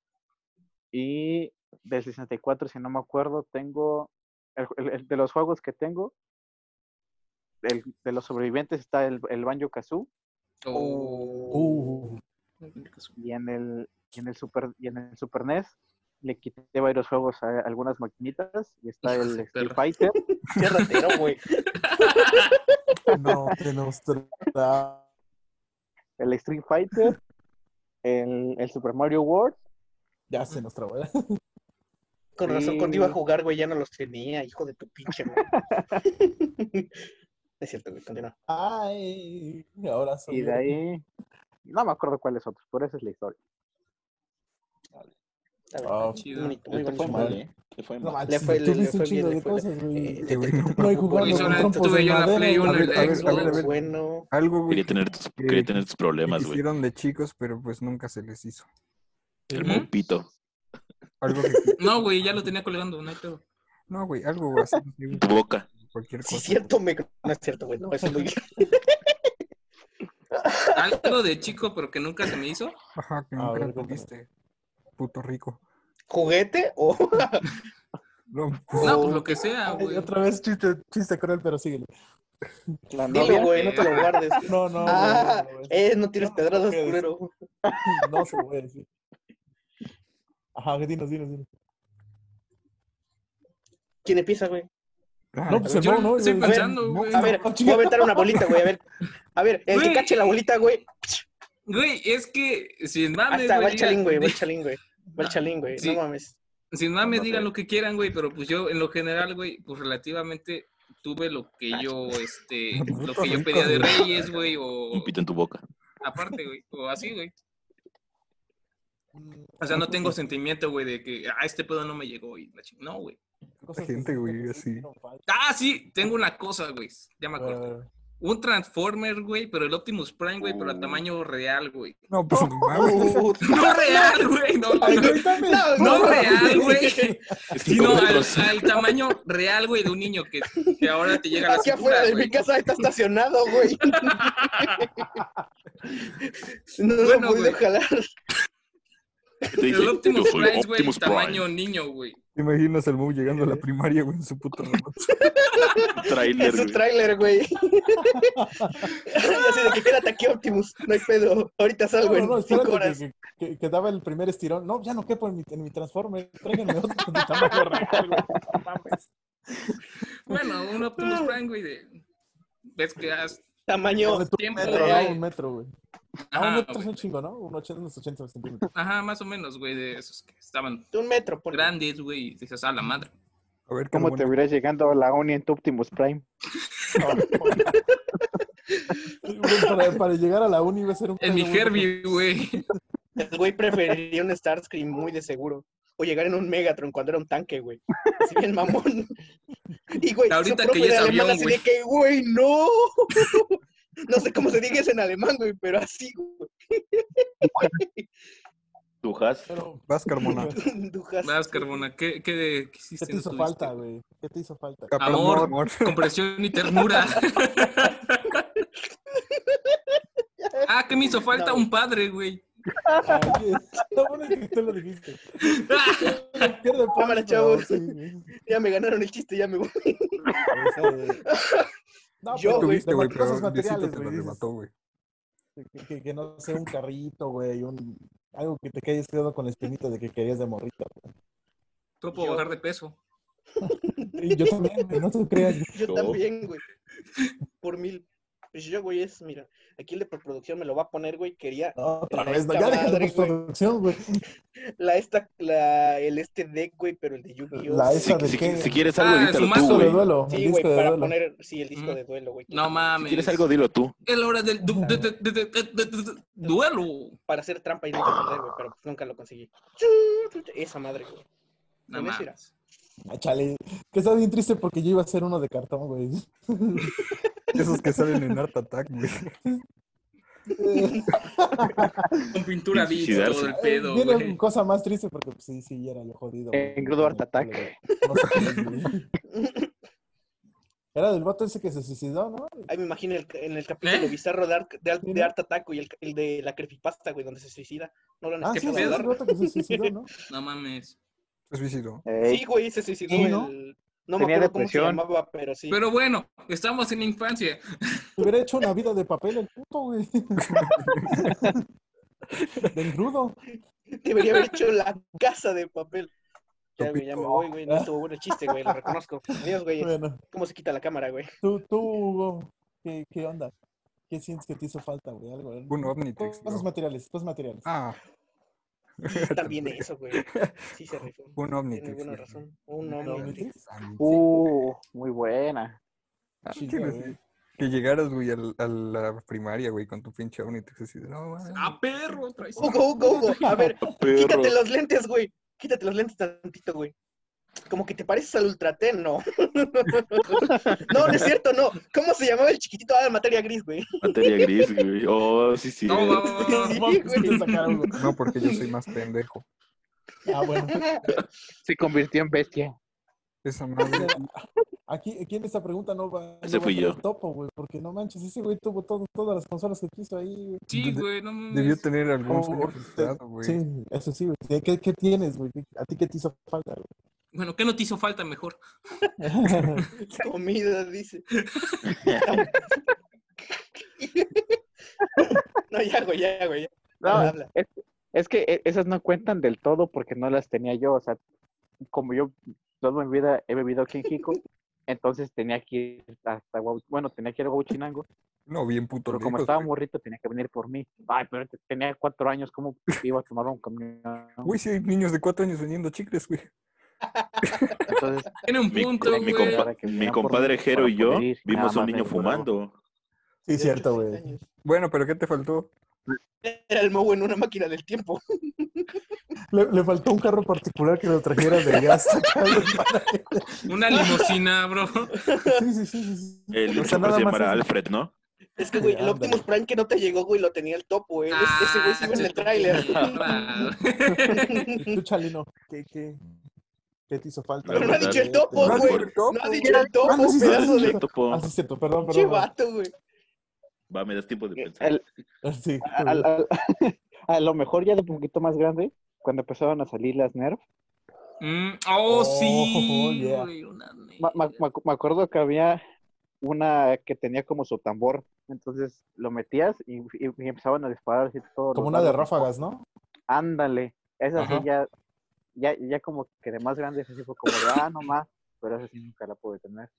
Speaker 4: Y del 64, si no me acuerdo, tengo. el- el- el de los juegos que tengo, el- de los sobrevivientes está el, el Banjo Kazoo.
Speaker 6: Oh.
Speaker 1: Uh,
Speaker 4: y en el y en el super y en el Super NES le quité varios juegos a algunas maquinitas y está
Speaker 6: Hijos
Speaker 4: el
Speaker 6: de
Speaker 4: Street
Speaker 6: perra.
Speaker 4: Fighter
Speaker 3: Qué ratero, güey.
Speaker 1: no, de nuestra...
Speaker 4: el Street Fighter el, el Super Mario World
Speaker 1: Ya se nos trabó.
Speaker 3: Con razón, cuando iba a jugar, güey, ya no los tenía, hijo de tu pinche madre. es cierto, güey, continúa.
Speaker 1: Ay, ahora soy
Speaker 4: y de ahí No me acuerdo cuáles otros, pero esa es la historia.
Speaker 3: Está bien.
Speaker 1: Ah,
Speaker 6: Chido.
Speaker 3: Bonito, muy
Speaker 2: Te fue
Speaker 3: bonito.
Speaker 2: mal, ¿eh? Te fue
Speaker 1: no
Speaker 2: mal.
Speaker 1: manches,
Speaker 3: fue-
Speaker 1: tú
Speaker 3: le- le
Speaker 1: viste un
Speaker 3: fue
Speaker 1: chingo
Speaker 3: bien, le
Speaker 1: de
Speaker 3: fue-
Speaker 1: cosas, güey.
Speaker 3: eh,
Speaker 5: Eh, güey, no,
Speaker 1: No hay
Speaker 5: no,
Speaker 1: jugando
Speaker 6: Hizo
Speaker 1: con
Speaker 6: la-
Speaker 1: trompos
Speaker 6: tuve
Speaker 1: de
Speaker 6: yo la Play
Speaker 1: madera.
Speaker 6: uno
Speaker 5: A
Speaker 6: eh. y
Speaker 5: ver,
Speaker 6: la
Speaker 5: a ver,
Speaker 6: Xbox.
Speaker 5: a ver, a ver.
Speaker 3: Bueno,
Speaker 5: Algo, güey,
Speaker 2: Quería
Speaker 5: que,
Speaker 2: tener, tus- quería
Speaker 5: eh,
Speaker 2: tener tus
Speaker 5: que
Speaker 2: problemas, güey.
Speaker 5: hicieron de chicos, pero pues nunca se les hizo.
Speaker 2: El
Speaker 6: ¿Mm?
Speaker 2: mopito.
Speaker 5: Algo que...
Speaker 6: No, güey, ya lo tenía colgando, no hay pedo.
Speaker 5: No, güey, algo así, güey,
Speaker 2: Tu boca.
Speaker 5: cualquier
Speaker 3: sí
Speaker 5: cosa.
Speaker 3: es cierto, me... no es cierto, güey. No, eso es muy bien.
Speaker 6: Algo de chico, pero que nunca se me hizo.
Speaker 5: Ajá, que
Speaker 1: A
Speaker 5: nunca
Speaker 1: ver,
Speaker 5: lo viste. Puto rico.
Speaker 3: ¿Juguete o...?
Speaker 5: No,
Speaker 6: No, pues lo que sea,
Speaker 1: Ay,
Speaker 6: güey.
Speaker 1: otra vez chiste, chiste cruel, pero síguele.
Speaker 4: La
Speaker 3: Dilo,
Speaker 4: novia,
Speaker 3: güey, no te lo guardes.
Speaker 1: No, no,
Speaker 3: Ah,
Speaker 1: güey, no, güey,
Speaker 3: eh, no tires
Speaker 1: No,
Speaker 3: pedradas,
Speaker 1: no,
Speaker 3: culero.
Speaker 1: no se puede decir. Ajá, dinos, dinos, dinos.
Speaker 3: ¿Quién empieza, güey?
Speaker 5: ah,
Speaker 1: No, pues el
Speaker 6: Yo
Speaker 1: Mau, ¿no?
Speaker 6: estoy
Speaker 1: Yo-
Speaker 3: ver,
Speaker 6: pensando, güey.
Speaker 3: A ver,
Speaker 1: No,
Speaker 3: voy a aventar una bolita, güey. A ver, a ver, el que
Speaker 6: Güey.
Speaker 3: cache la bolita, güey.
Speaker 6: Güey, es que sin mames,
Speaker 3: Hasta va
Speaker 6: güey,
Speaker 3: el chalín,
Speaker 6: digan-
Speaker 3: güey, va el chalín, güey. Va el
Speaker 6: Nah,
Speaker 3: chalín, güey.
Speaker 6: sí.
Speaker 3: No mames.
Speaker 6: sin mames,
Speaker 2: No, no
Speaker 6: digan
Speaker 2: sé.
Speaker 6: lo que quieran, güey, pero pues yo en lo general, güey, pues relativamente tuve lo que yo, este, lo que yo pedía de Reyes, güey, o
Speaker 2: Un pito en tu boca.
Speaker 6: aparte, güey, o así, güey. O sea, no tengo sentimiento, güey, de que, ah, este pedo no me llegó y la ching- No, güey.
Speaker 1: Cosas que
Speaker 5: gente,
Speaker 1: se-
Speaker 5: güey,
Speaker 1: que se
Speaker 5: así.
Speaker 1: hicieron falta.
Speaker 6: Ah, sí, tengo una cosa, güey, ya me
Speaker 1: A ver, a
Speaker 6: acuerdo.
Speaker 1: ver.
Speaker 6: Un Transformer, güey, pero el Optimus Prime, güey, pero a tamaño real, güey.
Speaker 5: No, pues no mames.
Speaker 6: No real, güey, no,
Speaker 1: Ay,
Speaker 6: no,
Speaker 1: grítame.
Speaker 3: No,
Speaker 6: no real, güey.
Speaker 2: Es que
Speaker 6: Sí, no,
Speaker 2: Este, como
Speaker 6: al,
Speaker 2: otros-
Speaker 6: al tamaño real, güey, de un niño que, que ahora te llega a la
Speaker 3: Hacia afuera
Speaker 6: cintura,
Speaker 3: de
Speaker 6: güey.
Speaker 3: mi casa está estacionado, güey. No
Speaker 6: Bueno,
Speaker 3: lo pude
Speaker 6: güey.
Speaker 3: jalar.
Speaker 2: te este, dice,
Speaker 6: El
Speaker 2: yo
Speaker 6: Optimus
Speaker 2: soy
Speaker 6: Prime, güey,
Speaker 2: Optimus Prime.
Speaker 6: tamaño niño, güey.
Speaker 5: ¿Te imaginas al Mau llegando a la primaria, güey, en su puto robot?
Speaker 2: Trailer,
Speaker 3: Es un
Speaker 2: güey.
Speaker 3: tráiler, güey. Así de que quédate aquí, Optimus. No hay pedo. Ahorita salgo
Speaker 1: No, no,
Speaker 3: en
Speaker 1: espérate,
Speaker 3: cinco horas.
Speaker 1: que, que- que daba el primer estirón. No, ya no quepo en mi, en mi Transformer. Tráiganme otro de tamaño real, güey. No mames.
Speaker 6: Bueno, un
Speaker 3: Ah.
Speaker 6: Optimus Prime, güey, de... Ves que has...
Speaker 3: Tamaño.
Speaker 1: De tu
Speaker 6: tiempo
Speaker 1: metro,
Speaker 3: real.
Speaker 1: ¿no? Un metro, güey. Ah, un
Speaker 6: Ajá,
Speaker 1: metro es
Speaker 6: güey.
Speaker 1: un chingo, ¿no? Un 80, unos 80 centímetros.
Speaker 6: Ajá, más o menos, güey, de esos que estaban
Speaker 3: Un metro, por
Speaker 6: grandes, güey, y dices, a la madre.
Speaker 5: A ver,
Speaker 4: ¿cómo te hubieras llegando a la uni en tu Optimus Prime?
Speaker 1: Güey, para, para llegar a la uni iba a ser un...
Speaker 6: En mi
Speaker 1: pedo, güey.
Speaker 6: Herbie, güey.
Speaker 3: El güey preferiría un Starscream muy de seguro. O llegar en un Megatron cuando era un tanque, güey. Así bien mamón. Y, güey,
Speaker 6: Ahorita que
Speaker 3: su profe
Speaker 6: ya
Speaker 3: de
Speaker 6: es
Speaker 3: alemán
Speaker 6: avión,
Speaker 3: así
Speaker 6: güey.
Speaker 3: de que, güey, no. No sé cómo se diga eso en alemán, güey, pero así, güey.
Speaker 2: Tu has.
Speaker 1: Pero,
Speaker 5: Vas, Carmona.
Speaker 3: Dujas.
Speaker 6: Vas, Carbona, ¿qué, qué, qué hiciste?
Speaker 1: ¿qué te
Speaker 6: no
Speaker 1: hizo
Speaker 6: tuviste?
Speaker 1: falta, güey? ¿Qué te hizo falta?
Speaker 6: Amor. Compresión y ternura. ah, que me hizo falta
Speaker 3: No.
Speaker 6: un padre, güey.
Speaker 1: Ah, sí, Lo bueno es que tú lo dijiste. Pierde puntos,
Speaker 3: Cámara,
Speaker 1: pero
Speaker 3: chavos.
Speaker 1: sí, güey.
Speaker 3: Ya me ganaron el chiste, ya me voy.
Speaker 1: Esa de- No,
Speaker 3: Yo,
Speaker 1: pero
Speaker 3: güey,
Speaker 5: Tuviste, güey,
Speaker 1: de
Speaker 5: pero
Speaker 1: cosas
Speaker 5: Diosito
Speaker 1: materiales,
Speaker 5: te lo
Speaker 1: güey. dices,
Speaker 5: arrebató, güey.
Speaker 1: Que, que- que no sea un carrito, güey, un, algo que te hayas quedado con la espinita de que querías de morrito.
Speaker 6: Tú puedo
Speaker 3: Yo-
Speaker 6: bajar de peso.
Speaker 1: Y yo también, güey, no te creas.
Speaker 3: Yo
Speaker 2: Yo.
Speaker 3: también, güey. Por mil. Pues yo, güey, es, mira, aquí el de preproducción me lo va a poner, güey. Quería
Speaker 1: No, otra
Speaker 3: La
Speaker 1: vez, no,
Speaker 3: esta
Speaker 1: ya deja de
Speaker 3: madre,
Speaker 1: postproducción, güey.
Speaker 3: la esta, la, el este deck, güey, pero el de Yu-Gi-Oh!
Speaker 1: La
Speaker 2: Si,
Speaker 1: esa de
Speaker 2: si-
Speaker 1: qué?
Speaker 2: si quieres
Speaker 6: Ah,
Speaker 2: algo,
Speaker 6: su
Speaker 2: dítalo tú,
Speaker 6: mazo,
Speaker 1: Disco de
Speaker 2: güey.
Speaker 1: duelo, el
Speaker 3: Sí, güey,
Speaker 1: disco de
Speaker 3: para
Speaker 1: duelo.
Speaker 3: poner, sí, el disco de duelo, güey.
Speaker 6: No
Speaker 2: Si
Speaker 6: mames.
Speaker 2: quieres algo, dilo tú.
Speaker 6: Es la hora del du- du- du- du- du- du- du- du- duelo.
Speaker 3: para hacer trampa y no perder, güey, pero pues nunca lo conseguí. Esa madre, güey.
Speaker 6: No
Speaker 3: ¿Lo ves,
Speaker 6: mames.
Speaker 1: Ah, chale, que está bien triste porque yo iba a hacer uno de cartón, güey.
Speaker 5: Esos que salen en Art Attack, güey.
Speaker 6: Con pintura
Speaker 2: Sin
Speaker 6: bicho, todo el
Speaker 2: suicidarse.
Speaker 6: pedo,
Speaker 1: Viene
Speaker 6: güey.
Speaker 1: cosa más triste porque pues, sí, sí, era yo jodido. güey.
Speaker 4: En Grudo Art Attack.
Speaker 1: No sé, güey. Era del vato ese que se suicidó, ¿no?
Speaker 3: Ahí me imagino el- en el capítulo
Speaker 6: ¿Eh?
Speaker 3: bizarro de, Ar- de, Ar-
Speaker 1: Sí,
Speaker 3: de
Speaker 1: ¿no?
Speaker 3: Art Attack y el, el de la creepypasta, güey, donde se suicida. No lo han
Speaker 1: Ah, sí,
Speaker 3: escuchado
Speaker 1: sí, es
Speaker 3: hablar.
Speaker 1: el vato que se suicidó, ¿no?
Speaker 6: No mames.
Speaker 5: Es suicidio.
Speaker 4: Ey,
Speaker 3: Sí, güey, se suicidó
Speaker 1: Sí, ¿no?
Speaker 3: el... No me
Speaker 4: Tenía
Speaker 3: acuerdo cómo se
Speaker 4: depresión.
Speaker 3: llamaba, pero sí.
Speaker 6: Pero bueno, estamos en infancia.
Speaker 1: Hubiera hecho una vida de papel el puto, güey. De engrudo.
Speaker 3: Debería haber hecho la casa de papel. Ya, güey, ya me
Speaker 5: Topito.
Speaker 3: voy, güey. No estuvo bueno el chiste, güey, lo reconozco. Adiós, güey.
Speaker 1: Bueno,
Speaker 3: ¿Cómo se quita la cámara, güey?
Speaker 1: tú, tú Hugo, ¿qué, qué onda? ¿Qué sientes que te hizo falta, güey? Algo, algo.
Speaker 5: Un Omnitrix.
Speaker 1: Cosas
Speaker 5: bro.
Speaker 1: materiales, cosas materiales.
Speaker 5: Ah,
Speaker 3: También eso, güey. Sí se rifó.
Speaker 5: un
Speaker 3: Tiene
Speaker 5: Omnitrix.
Speaker 3: buena
Speaker 5: bro.
Speaker 3: razón. Un
Speaker 5: Un
Speaker 3: hombre.
Speaker 5: Omnitrix. Ah,
Speaker 4: Uh, muy buena.
Speaker 5: sí,
Speaker 1: Chido,
Speaker 5: güey.
Speaker 1: güey.
Speaker 5: Ah, Que llegaras, güey, al- a la primaria, güey, con tu pinche ovni y te decías, no, mames.
Speaker 6: ¡Ah, perro! traes-
Speaker 3: Hugo, Hugo, Hugo. A ver,
Speaker 2: Perro.
Speaker 3: quítate los lentes, güey. Quítate los lentes tantito, güey. Como que te pareces al Ultraten, ¿no? no, no es cierto, no. ¿Cómo se llamaba el chiquitito? Ah, materia gris, güey.
Speaker 2: Materia gris, güey. Oh, sí, sí.
Speaker 6: No, va, va, va, va.
Speaker 1: Vamos, sí te sacaron, güey.
Speaker 5: No, porque yo soy más pendejo.
Speaker 1: Ah, bueno.
Speaker 4: Se convirtió en bestia.
Speaker 5: Esa madre.
Speaker 1: Aquí, aquí en esta pregunta no va.
Speaker 2: Ese
Speaker 1: no va
Speaker 2: fui
Speaker 1: a tener
Speaker 2: yo.
Speaker 1: Topo, güey, porque no manches, ese güey tuvo todo- todas las consolas que quiso ahí, güey.
Speaker 6: Sí,
Speaker 5: de-
Speaker 6: güey, no mames.
Speaker 5: Debió tener algún sueño
Speaker 1: Oh,
Speaker 5: frustrado, güey.
Speaker 1: Sí, eso sí, güey. ¿Qué- ¿Qué, qué tienes, güey? ¿A ti qué te hizo falta,
Speaker 6: Bueno, ¿qué no te hizo falta mejor?
Speaker 1: güey?
Speaker 3: Comida, dice. no, ya, güey, ya, güey. ya.
Speaker 4: No,
Speaker 3: Habla.
Speaker 4: es, es que e- esas no cuentan del todo porque no las tenía yo. O sea, como yo toda mi vida he bebido aquí en Jico, entonces tenía que ir hasta Huau- bueno, tenía que ir a Huachinango,
Speaker 5: No, bien puto
Speaker 4: pero como
Speaker 5: lejos,
Speaker 4: estaba
Speaker 5: güey.
Speaker 4: morrito tenía que venir por mí. Ay, pero te- tenía cuatro años, ¿cómo iba a tomar un camión?
Speaker 5: Güey, sí hay niños de cuatro años vendiendo chicles, güey.
Speaker 4: Entonces,
Speaker 6: Tiene un
Speaker 2: Mi,
Speaker 6: punto,
Speaker 2: mi
Speaker 6: güey.
Speaker 2: compa-
Speaker 4: Para que
Speaker 2: mi
Speaker 4: vinieran por
Speaker 2: compadre
Speaker 4: mí,
Speaker 2: Jero
Speaker 4: para
Speaker 2: y yo
Speaker 4: poder ir,
Speaker 2: vimos
Speaker 4: nada
Speaker 2: un
Speaker 4: más
Speaker 2: niño
Speaker 4: de
Speaker 2: fumando.
Speaker 1: Sí, cierto,
Speaker 3: Ocho,
Speaker 1: güey.
Speaker 3: seis años.
Speaker 5: Bueno, pero ¿qué te faltó?
Speaker 3: Era el Moe en una máquina del tiempo.
Speaker 1: Le, le faltó un carro particular que lo trajera de gas. sacado para-
Speaker 6: Una limusina, bro.
Speaker 1: Sí, sí, sí, sí, sí.
Speaker 2: El
Speaker 1: O sea, nada
Speaker 2: chofer se
Speaker 1: más
Speaker 2: llamará
Speaker 1: eso.
Speaker 2: Alfred, ¿no?
Speaker 3: Es que, güey, el
Speaker 1: Ándale.
Speaker 3: Optimus Prime que no te llegó, güey, lo tenía el topo,
Speaker 6: Ah,
Speaker 3: ¿eh? Ese- Ese güey sí iba en el tráiler.
Speaker 6: tráiler.
Speaker 1: ¿Y tú, Chalino? ¿Qué, qué, qué te hizo falta?
Speaker 2: Pero no ha
Speaker 1: güey?
Speaker 2: dicho el
Speaker 1: Te-
Speaker 3: topo,
Speaker 1: te-
Speaker 5: No,
Speaker 3: güey.
Speaker 5: por topo,
Speaker 3: No has
Speaker 5: güey.
Speaker 3: dicho el topo,
Speaker 1: Ah, no, sí, sí,
Speaker 3: pedazo
Speaker 1: sí,
Speaker 3: de
Speaker 1: sí.
Speaker 2: Topo.
Speaker 1: Ah, sí, cierto, perdón,
Speaker 3: pinche
Speaker 1: perdón.
Speaker 3: vato, güey.
Speaker 2: Va, me das tiempo de
Speaker 4: El-
Speaker 2: pensar.
Speaker 1: Ah, Sí,
Speaker 4: a, a- a- a lo mejor ya de un poquito más grande, cuando empezaron a salir las Nerf,
Speaker 6: Mm, oh,
Speaker 1: Oh,
Speaker 6: sí,
Speaker 1: yeah.
Speaker 6: güey, una neta.
Speaker 4: Ma- ma- me, acu- me acuerdo que había una que tenía como su tambor, entonces lo metías y, y- y empezaban a disparar así todo.
Speaker 1: como una de ráfagas, ¿no?
Speaker 4: Ándale, esa sí
Speaker 1: Ajá.
Speaker 4: ya, ya, ya como que de más grande así fue como de, ah, no más, pero esa sí nunca la pude tener.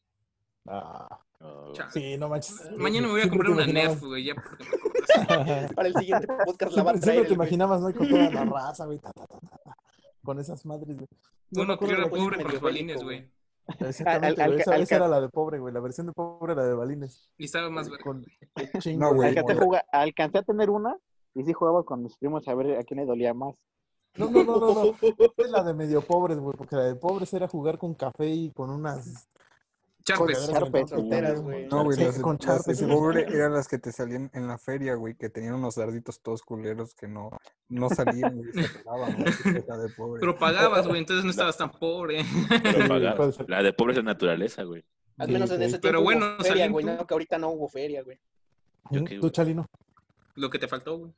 Speaker 1: Ah,
Speaker 2: Oh.
Speaker 6: Chale.
Speaker 1: sí, no manches.
Speaker 6: Mañana me voy a
Speaker 1: Siempre
Speaker 6: comprar
Speaker 1: te
Speaker 6: una E
Speaker 1: imaginabas-
Speaker 6: Nerf, güey, ya porque me
Speaker 3: Para el siguiente podcast la va a
Speaker 1: Siempre, siempre
Speaker 3: traer.
Speaker 1: te
Speaker 3: el güey.
Speaker 1: imaginabas, ¿no? Con toda la raza, güey. ta, ta, ta, ta, ta, con esas madres, güey. Yo me
Speaker 6: Bueno, que
Speaker 1: acuerdo
Speaker 6: yo
Speaker 1: de
Speaker 6: era
Speaker 1: la-
Speaker 6: pobre
Speaker 3: medio
Speaker 6: por los balines,
Speaker 3: bélico,
Speaker 6: güey.
Speaker 1: Exactamente,
Speaker 4: Al- al-
Speaker 1: güey, esa,
Speaker 4: al-
Speaker 1: esa era la de pobre, güey. La versión de pobre era de balines.
Speaker 6: Y estaba más verga.
Speaker 1: Con un chingo
Speaker 5: No,
Speaker 1: de
Speaker 5: güey.
Speaker 4: Alcancé a,
Speaker 1: mola.
Speaker 4: jugar- alcancé a tener una y sí jugaba con mis primos a ver a quién le dolía más.
Speaker 1: No, no, no, no, no. Es la de medio pobres, güey, porque la de pobres era jugar con café y con unas
Speaker 6: Charpes.
Speaker 1: Charpes,
Speaker 3: Solteras, güey.
Speaker 5: No, güey,
Speaker 1: Sí,
Speaker 5: las de,
Speaker 1: con
Speaker 5: las de
Speaker 1: charpes y los
Speaker 5: pobre
Speaker 1: charpes.
Speaker 5: eran las que te salían en la feria, güey, que tenían unos darditos todos culeros que no, no salían, güey, se pegaban, güey, esa es la de pobre.
Speaker 6: Pero pagabas, güey, entonces no estabas tan pobre.
Speaker 2: Pero
Speaker 1: Sí,
Speaker 2: pagar.
Speaker 1: puede ser.
Speaker 2: La de pobres de naturaleza, güey.
Speaker 3: Al menos en
Speaker 1: Sí,
Speaker 3: ese tiempo
Speaker 6: Pero
Speaker 3: hubo
Speaker 6: bueno,
Speaker 3: feria,
Speaker 6: salían
Speaker 3: güey.
Speaker 6: tú.
Speaker 3: No, que ahorita no hubo feria, güey.
Speaker 2: Yo
Speaker 1: ¿Mm?
Speaker 2: qué,
Speaker 1: ¿Tú,
Speaker 2: güey.
Speaker 1: Chalino?
Speaker 6: Lo que te faltó, güey.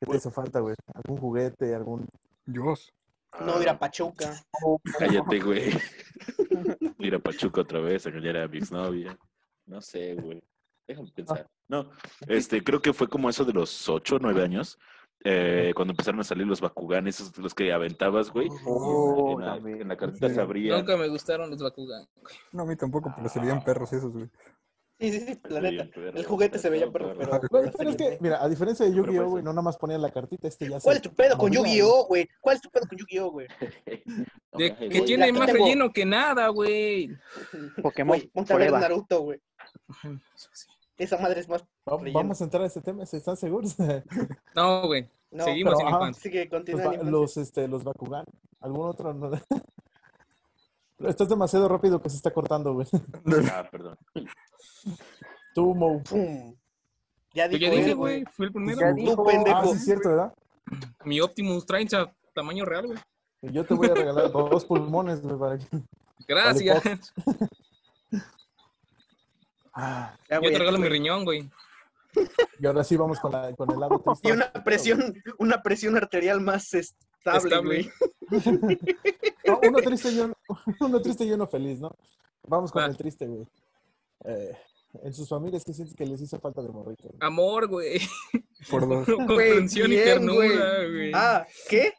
Speaker 1: ¿Qué te hizo falta, güey? ¿Algún juguete? ¿Algún...?
Speaker 5: Dios.
Speaker 3: No
Speaker 6: Ah.
Speaker 3: ir a Pachuca.
Speaker 2: Ah, Cállate, güey. Ir a Pachuca otra vez, a engañar a mi exnovia. No sé, güey. Déjame pensar. No, este, creo que fue como eso de los 8 o 9 años, eh, cuando empezaron a salir los Bakugan, esos los que aventabas, güey.
Speaker 4: Oh,
Speaker 2: en, la,
Speaker 4: también.
Speaker 2: en la cartita
Speaker 5: Sí.
Speaker 2: se abrían.
Speaker 6: Nunca me gustaron los Bakugan.
Speaker 5: No, a mí tampoco, pero se veían perros esos, güey.
Speaker 3: Sí, sí, sí, la neta.
Speaker 2: Se veían perros,
Speaker 3: El juguete se veía perro, pero...
Speaker 1: Güey, pero es que, mira, a diferencia de
Speaker 2: Pero
Speaker 1: Yu-Gi-Oh,
Speaker 2: puede
Speaker 1: güey,
Speaker 2: ser.
Speaker 1: no nada más ponía la cartita, este ya se
Speaker 3: ¿Cuál es tu pedo con
Speaker 1: movía,
Speaker 3: Yu-Gi-Oh, güey? ¿Cuál es tu pedo con Yu-Gi-Oh, güey?
Speaker 2: No
Speaker 6: De
Speaker 2: mames,
Speaker 6: que
Speaker 2: güey.
Speaker 6: tiene
Speaker 3: Aquí
Speaker 6: más
Speaker 3: tengo-
Speaker 6: relleno que nada, güey.
Speaker 4: Pokémon,
Speaker 3: Güey, ponte a ver
Speaker 4: prueba.
Speaker 3: Naruto, güey. Esa madre es más...
Speaker 1: Va-
Speaker 3: Relleno.
Speaker 1: Vamos a entrar a este tema, ¿se ¿están seguros?
Speaker 6: No, güey.
Speaker 3: No,
Speaker 6: Seguimos
Speaker 1: pero,
Speaker 6: en
Speaker 1: ajá.
Speaker 6: infancia.
Speaker 3: Así que
Speaker 1: Los,
Speaker 3: continúa.
Speaker 1: ba- los, este, los Bakugan. ¿Algún otro? No. Estás demasiado rápido que se está cortando, güey.
Speaker 2: Ah, perdón.
Speaker 1: Tú, Mo.
Speaker 3: ¡Pum! Ya dijo
Speaker 6: Pues Yo ya
Speaker 3: él,
Speaker 6: dije,
Speaker 3: güey.
Speaker 6: güey, fui el
Speaker 1: Ya
Speaker 6: primero.
Speaker 1: dije.
Speaker 3: Tú,
Speaker 1: Ah,
Speaker 3: pendejo.
Speaker 1: sí, es cierto, ¿verdad?
Speaker 6: Mi Optimus trains a tamaño real, güey.
Speaker 1: Yo te voy a regalar dos pulmones, güey, para que...
Speaker 6: Gracias.
Speaker 1: Ah,
Speaker 3: Ya,
Speaker 6: Yo
Speaker 3: güey,
Speaker 6: te regalo mi
Speaker 3: güey.
Speaker 6: riñón, güey.
Speaker 1: y ahora sí vamos con, la, con el lado triste.
Speaker 3: Y una presión, una presión arterial más estable,
Speaker 6: Estable.
Speaker 3: güey.
Speaker 1: No, uno triste y uno, uno triste y uno feliz, ¿no? Vamos con
Speaker 6: Va.
Speaker 1: el triste, güey. Eh, en sus familias, ¿qué sientes que les hizo falta de morrito? güey?
Speaker 6: Amor, güey.
Speaker 5: Por dos.
Speaker 6: Comprensión y
Speaker 3: bien,
Speaker 6: ternura, güey.
Speaker 3: Ah, ¿qué?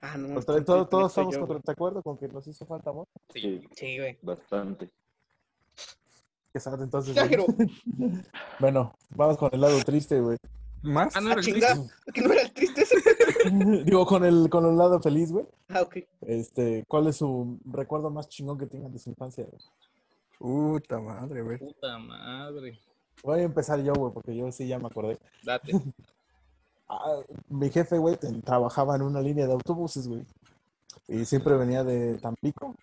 Speaker 3: Ah, no.
Speaker 1: Contra-
Speaker 3: estoy-
Speaker 1: Todos,
Speaker 3: estoy-
Speaker 1: Pues, todos
Speaker 3: estoy
Speaker 1: estamos
Speaker 3: yo,
Speaker 1: contra,
Speaker 3: güey.
Speaker 1: de acuerdo con que nos hizo falta amor.
Speaker 6: Sí.
Speaker 3: Sí, güey.
Speaker 2: Bastante.
Speaker 1: Que sabe, entonces. güey.
Speaker 3: Exagero.
Speaker 1: Bueno, vamos con el lado triste, güey.
Speaker 5: ¿Más?
Speaker 6: Ah, no
Speaker 3: Ah,
Speaker 6: era el
Speaker 3: chinga.
Speaker 6: triste.
Speaker 3: Que no era el triste ese.
Speaker 1: Digo, con el, con el lado feliz, güey.
Speaker 3: Ah, ok.
Speaker 1: Este, ¿cuál es su recuerdo más chingón que tengan de su infancia? güey?
Speaker 5: Puta madre, güey.
Speaker 6: Puta madre.
Speaker 1: Voy a empezar yo, güey, porque yo sí ya me acordé.
Speaker 6: Date.
Speaker 1: Ah, mi jefe, güey, ten- trabajaba en una línea de autobuses, güey. Y siempre venía de Tampico.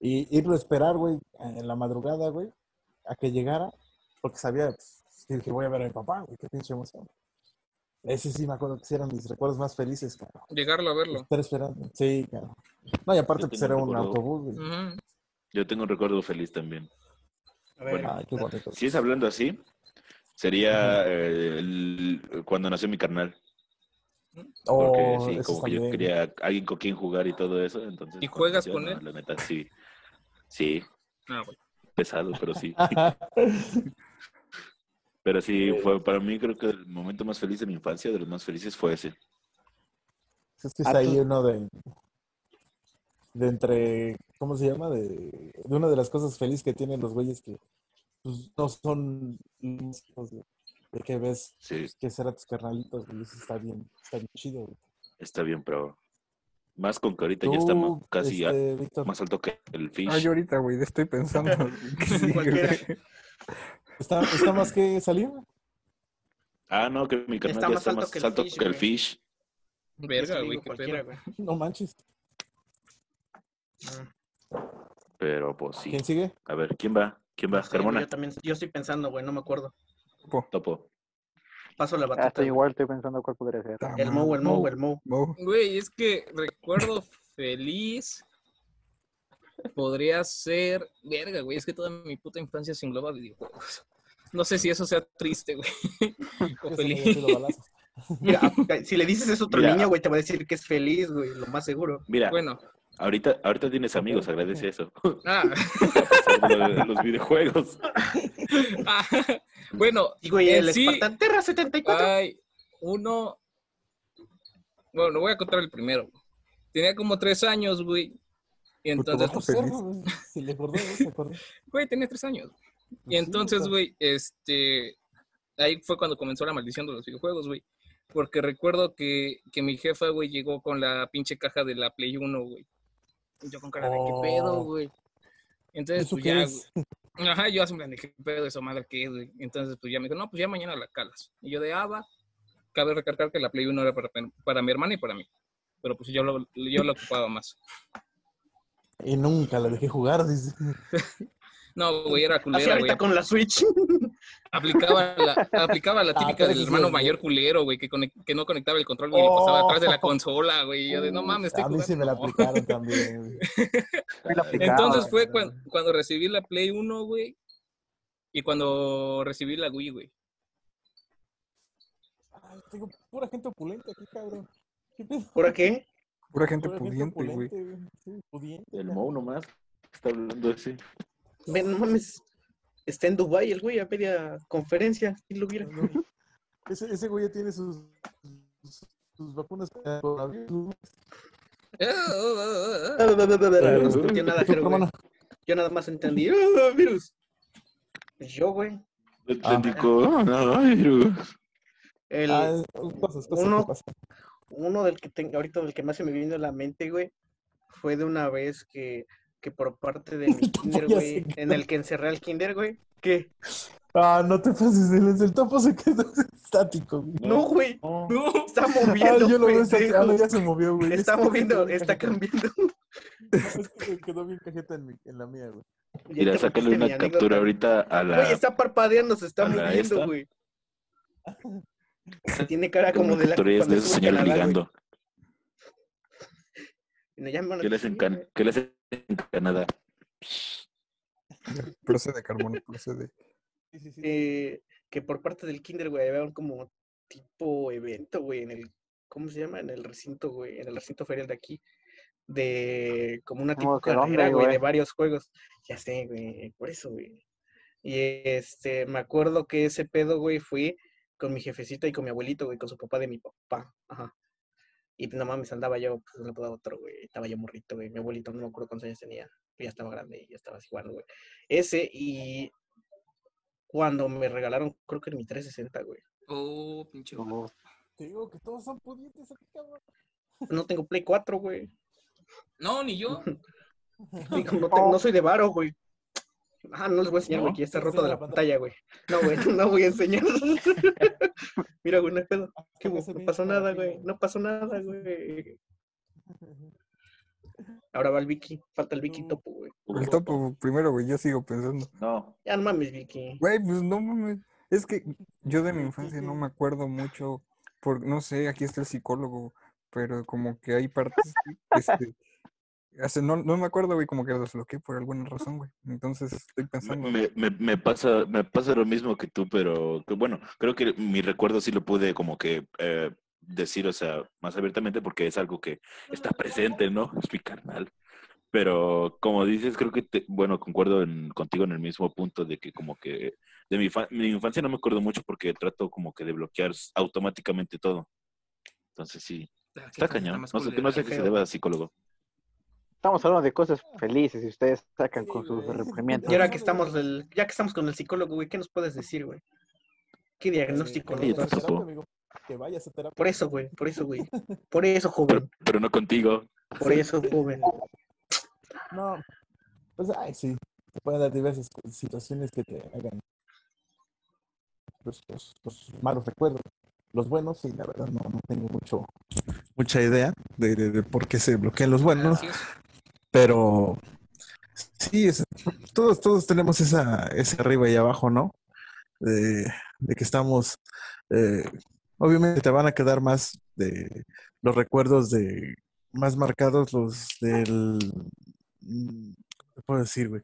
Speaker 1: Y irlo a esperar, güey, en la madrugada, güey, a que llegara, porque sabía, pues, sí, dije, voy a ver a mi papá, güey, qué pinche emoción. Ese sí me acuerdo que sí eran mis recuerdos más felices, cabrón.
Speaker 6: Llegarlo a verlo.
Speaker 1: Estar esperando. Sí, cabrón. No, y aparte,
Speaker 2: Yo
Speaker 1: pues
Speaker 2: tengo
Speaker 1: era
Speaker 2: un
Speaker 1: un
Speaker 2: recuerdo.
Speaker 1: autobús, güey.
Speaker 6: Ujú.
Speaker 2: Yo tengo un recuerdo feliz también.
Speaker 3: A ver,
Speaker 1: Ay, qué bonito.
Speaker 2: Si es hablando así, sería eh, el- cuando nació mi carnal. Porque
Speaker 1: Oh,
Speaker 2: sí,
Speaker 1: eso
Speaker 2: como que yo
Speaker 1: también.
Speaker 2: quería alguien con quien jugar y todo eso. Entonces,
Speaker 6: ¿Y
Speaker 2: cuando
Speaker 6: juegas
Speaker 2: nació,
Speaker 6: con
Speaker 2: no,
Speaker 6: él?
Speaker 2: La neta, sí. Sí,
Speaker 6: No, Ah, güey.
Speaker 2: pesado, pero sí. Pero sí, fue, para mí creo que el momento más feliz de mi infancia, de los más felices, fue ese.
Speaker 1: Es que
Speaker 4: Ah,
Speaker 1: está ahí
Speaker 4: tú-
Speaker 1: uno de. De entre. ¿Cómo se llama? De, de una de las cosas felices que tienen los güeyes que pues, no son. los hijos De, de que ves
Speaker 2: Sí,
Speaker 1: que será tus carnalitos, güey. Eso está bien, está bien chido, güey.
Speaker 2: está bien, pero más con que ahorita ya está ma-
Speaker 1: Tú,
Speaker 2: casi a-
Speaker 1: este, Víctor,
Speaker 2: más alto que el Fish.
Speaker 5: Ah, yo ahorita, güey, estoy pensando. güey, que sí,
Speaker 3: Cualquiera.
Speaker 5: güey.
Speaker 1: ¿está, está más que salir?
Speaker 2: Ah, no, que mi carnal
Speaker 3: Está
Speaker 2: ya
Speaker 3: más
Speaker 2: está
Speaker 3: alto
Speaker 2: más
Speaker 3: que el
Speaker 2: alto
Speaker 3: Fish,
Speaker 2: que el
Speaker 3: güey.
Speaker 2: Fish.
Speaker 3: yo te
Speaker 6: Verga, güey,
Speaker 3: digo
Speaker 6: qué
Speaker 3: cualquiera,
Speaker 6: pedo.
Speaker 3: güey.
Speaker 1: No manches.
Speaker 3: Ah,
Speaker 2: Pero pues sí.
Speaker 1: ¿Quién sigue?
Speaker 2: A ver, ¿quién va? ¿Quién va?
Speaker 3: no sé, güey,
Speaker 2: Carmona,
Speaker 3: yo también, yo estoy pensando, güey, no me acuerdo.
Speaker 5: Po,
Speaker 2: topo.
Speaker 3: Paso la
Speaker 4: Ah,
Speaker 3: batata.
Speaker 4: estoy
Speaker 3: güey.
Speaker 4: igual, estoy pensando cuál podría ser.
Speaker 5: ta
Speaker 3: El Mou, el Mou, el Mou.
Speaker 5: Mo.
Speaker 6: Güey, es que recuerdo feliz. Podría ser. Verga, güey. Es que toda mi puta infancia se engloba videojuegos. No sé si eso sea triste, güey. O
Speaker 1: Yo
Speaker 6: feliz.
Speaker 1: soy balazos.
Speaker 3: Mira, si le dices eso a otro
Speaker 2: Mira.
Speaker 3: niño, güey, te va a decir que es feliz, güey, lo más seguro.
Speaker 2: Mira,
Speaker 6: Bueno,
Speaker 2: ahorita, ahorita tienes amigos, agradece eso.
Speaker 6: ah,
Speaker 2: Los, los videojuegos.
Speaker 6: ah, bueno,
Speaker 3: Y, güey,
Speaker 6: Eh,
Speaker 3: el
Speaker 6: sí.
Speaker 3: Spartan Terra 74.
Speaker 6: hay uno. Bueno, voy a contar el primero. güey. Tenía como tres años, güey. Y
Speaker 5: Puto
Speaker 6: entonces,
Speaker 5: vato
Speaker 1: Pues,
Speaker 5: feliz.
Speaker 1: cerdo, güey. Si le acordó, güey, se acordó.
Speaker 6: güey, tenía tres años. Y
Speaker 1: Sí,
Speaker 6: entonces,
Speaker 1: está.
Speaker 6: güey, este, ahí fue cuando comenzó la maldición de los videojuegos, güey. Porque recuerdo que, que mi jefa, güey, llegó con la pinche caja de la Play 1, güey. Y Yo con cara de qué pedo,
Speaker 1: Oh.
Speaker 6: güey. Entonces,
Speaker 1: ¿Eso
Speaker 6: pues
Speaker 1: qué
Speaker 6: ya,
Speaker 1: es?
Speaker 6: güey. Ajá, yo así me dije, qué pedo esa madre que es, güey. Entonces, pues ya me dijo, no, pues ya mañana la calas. Y yo de, ah, va. Cabe recargar que la Play 1 era para, para mi hermana y para mí. Pero pues yo, lo, yo la ocupaba más.
Speaker 1: Y nunca la dejé jugar, dice.
Speaker 6: No, güey, era
Speaker 3: Así
Speaker 6: culera, güey.
Speaker 3: ahorita con la Switch.
Speaker 6: Aplicaba la, aplicaba la típica
Speaker 1: Ah, pero
Speaker 6: del
Speaker 1: eso sí
Speaker 6: hermano
Speaker 1: es Oh.
Speaker 6: mayor culero, güey, que, conec- que no conectaba el control, güey, y le pasaba atrás de la consola, güey. Y yo de, no mames, estoy
Speaker 1: A mí sí me la
Speaker 6: jugando".
Speaker 1: aplicaron también, güey.
Speaker 4: Me la aplicaron.
Speaker 6: Entonces fue cuan- cuando, recibí la Play 1, güey, y cuando recibí la Wii, güey.
Speaker 1: Ay, tengo pura gente opulenta aquí, cabrón. ¿Qué pedo?
Speaker 3: ¿Por qué?
Speaker 5: Pura gente
Speaker 1: Pura
Speaker 5: pudiente, güey.
Speaker 1: opulente, güey. Sí, pudiente.
Speaker 2: El
Speaker 1: cabrón.
Speaker 2: Mou nomás está hablando así.
Speaker 3: Ven, no mames. Está en Dubai el güey a media conferencia. Si lo hubiera.
Speaker 1: No. Ese, ese güey ya tiene sus, sus, sus vacunas. eh, para el coronavirus, güey.
Speaker 6: Ah, ah, ah, ah.
Speaker 3: No escuché nada,
Speaker 1: Tú,
Speaker 3: Jero, güey.
Speaker 1: hermana.
Speaker 3: Yo nada más entendí. "Ah, virus. Pues yo, güey.
Speaker 2: Atlético, ah, ay, pero-
Speaker 3: El,
Speaker 1: Ah, cosas, cosas
Speaker 3: uno-
Speaker 1: que pasan.
Speaker 3: uno del que tengo ahorita del que más se me vino a la mente, güey, fue de una vez que, que por parte de mi kinder,
Speaker 1: ya sé
Speaker 3: güey,
Speaker 1: que
Speaker 3: en el que encerré al kinder, güey, que
Speaker 1: Ah, no te pases, el, el topo se quedó estático, güey.
Speaker 3: no, güey,
Speaker 2: No,
Speaker 6: No.
Speaker 3: está
Speaker 1: Ah,
Speaker 3: moviendo.
Speaker 1: yo lo veo estático. Ah, no,
Speaker 3: pendejos.
Speaker 1: ya se movió, güey.
Speaker 3: Está moviendo,
Speaker 1: bien
Speaker 3: está
Speaker 1: cajeta.
Speaker 3: cambiando.
Speaker 1: Es que se quedó bien cajeta en, mi- en la mía, güey.
Speaker 2: Mira,
Speaker 3: este,
Speaker 2: sácale una captura ahorita a la.
Speaker 3: Güey, está parpadeando, se está
Speaker 2: a la
Speaker 3: moviendo,
Speaker 2: esta.
Speaker 3: güey. Tiene cara como
Speaker 2: una
Speaker 3: de la
Speaker 2: captura
Speaker 3: cuando
Speaker 2: de esos
Speaker 3: estuvo en
Speaker 2: señores
Speaker 3: Canadá, güey.
Speaker 2: ligando.
Speaker 3: No, ya me van a
Speaker 2: ¿Qué les
Speaker 3: decir,
Speaker 2: encan-
Speaker 3: güey.
Speaker 2: qué les en Canadá?
Speaker 5: Ya, Procede, Carmona, procede.
Speaker 1: Sí, sí, sí.
Speaker 3: eh, que por parte del kinder, güey, había un como tipo evento, güey, en el, ¿cómo se llama? En el recinto, güey, en el recinto ferial de aquí, de como una tipo
Speaker 4: No, ¿de dónde,
Speaker 3: carrera, güey, de
Speaker 4: güey?
Speaker 3: varios juegos. Ya sé, güey, por eso, güey. Y este, me acuerdo que ese pedo, güey, fui con mi jefecita y con mi abuelito, güey, con su papá de mi papá. Ajá. Y pues, no mames, andaba yo, pues, de un lado a otro, güey. Estaba yo morrito, güey. Mi abuelito, no me acuerdo cuántos años tenía. pero Ya estaba grande y ya estaba así jugando, güey. Ese y cuando me regalaron, creo que en mi 360, güey.
Speaker 6: Oh, pinche.
Speaker 4: No,
Speaker 1: Te digo que todos son pudientes aquí, cabrón.
Speaker 3: No tengo Play 4, güey.
Speaker 6: No, ni yo.
Speaker 3: Digo, no, te- no soy de varo, güey. Ah, no les voy a enseñar,
Speaker 2: ¿No?
Speaker 3: güey, que ya está
Speaker 1: Sí,
Speaker 3: roto
Speaker 1: enseña
Speaker 3: de
Speaker 1: la
Speaker 3: la pantalla, güey. No, güey, no voy a enseñar. Mira, güey, no hay pedo.
Speaker 1: Ah,
Speaker 3: ¿Qué, güey? No pasó nada, güey. No pasó nada, güey. Ahora va el Vicky. Falta el Vicky
Speaker 1: No.
Speaker 3: topo, güey.
Speaker 5: El topo primero, güey, yo sigo pensando.
Speaker 2: No.
Speaker 3: Ya no mames, Vicky.
Speaker 5: Güey, pues no mames. Es que yo de mi infancia no me acuerdo mucho, por, no sé, aquí está el psicólogo, pero como que hay partes, este, hace- no, no me acuerdo, güey, como que desbloqueé por alguna razón, güey. Entonces estoy
Speaker 2: Me,
Speaker 5: pensando.
Speaker 2: me- me- me pasa, me pasa lo mismo que tú, pero que, bueno, creo que mi recuerdo sí lo pude como que eh, decir, o sea, más abiertamente porque es algo que está presente, ¿no? Es mi carnal. Pero como dices, creo que, te- bueno, concuerdo en- contigo en el mismo punto de que como que de mi, fa- mi infancia no me acuerdo mucho porque trato como que de bloquear s- automáticamente todo. Entonces sí,
Speaker 6: Ah, qué
Speaker 2: está
Speaker 6: cosa
Speaker 2: cañón.
Speaker 6: más
Speaker 2: No sé,
Speaker 6: culera.
Speaker 2: no sé qué se
Speaker 3: feo.
Speaker 2: deba a psicólogo.
Speaker 4: Estamos hablando de cosas felices y ustedes sacan
Speaker 1: Sí,
Speaker 4: con sus
Speaker 1: güey.
Speaker 4: reprimientos.
Speaker 3: Y ahora que estamos del, ya que estamos con el psicólogo, güey, ¿qué nos puedes decir, güey? ¿Qué
Speaker 1: Pues,
Speaker 3: diagnóstico
Speaker 1: Que
Speaker 3: nos
Speaker 2: Oye,
Speaker 1: vayas a
Speaker 3: das?
Speaker 2: tampoco.
Speaker 1: terapia, amigo. Que vayas a terapia.
Speaker 3: Por eso, güey, por eso, güey. Por eso,
Speaker 2: Pero,
Speaker 3: joven.
Speaker 2: pero no contigo.
Speaker 3: Por eso, joven.
Speaker 1: No, pues, ay, sí. Te pueden dar diversas situaciones que te hagan los, los- los malos recuerdos. Los buenos, sí, la verdad, no, no tengo mucho, mucha idea de, de- de por qué se bloquean los buenos,
Speaker 6: Así es.
Speaker 1: pero sí, es- todos, todos tenemos esa, ese arriba y abajo, ¿no? De, de que estamos, eh, obviamente te van a quedar más de los recuerdos de, más marcados los del, mm, ¿qué puedo decir, güey?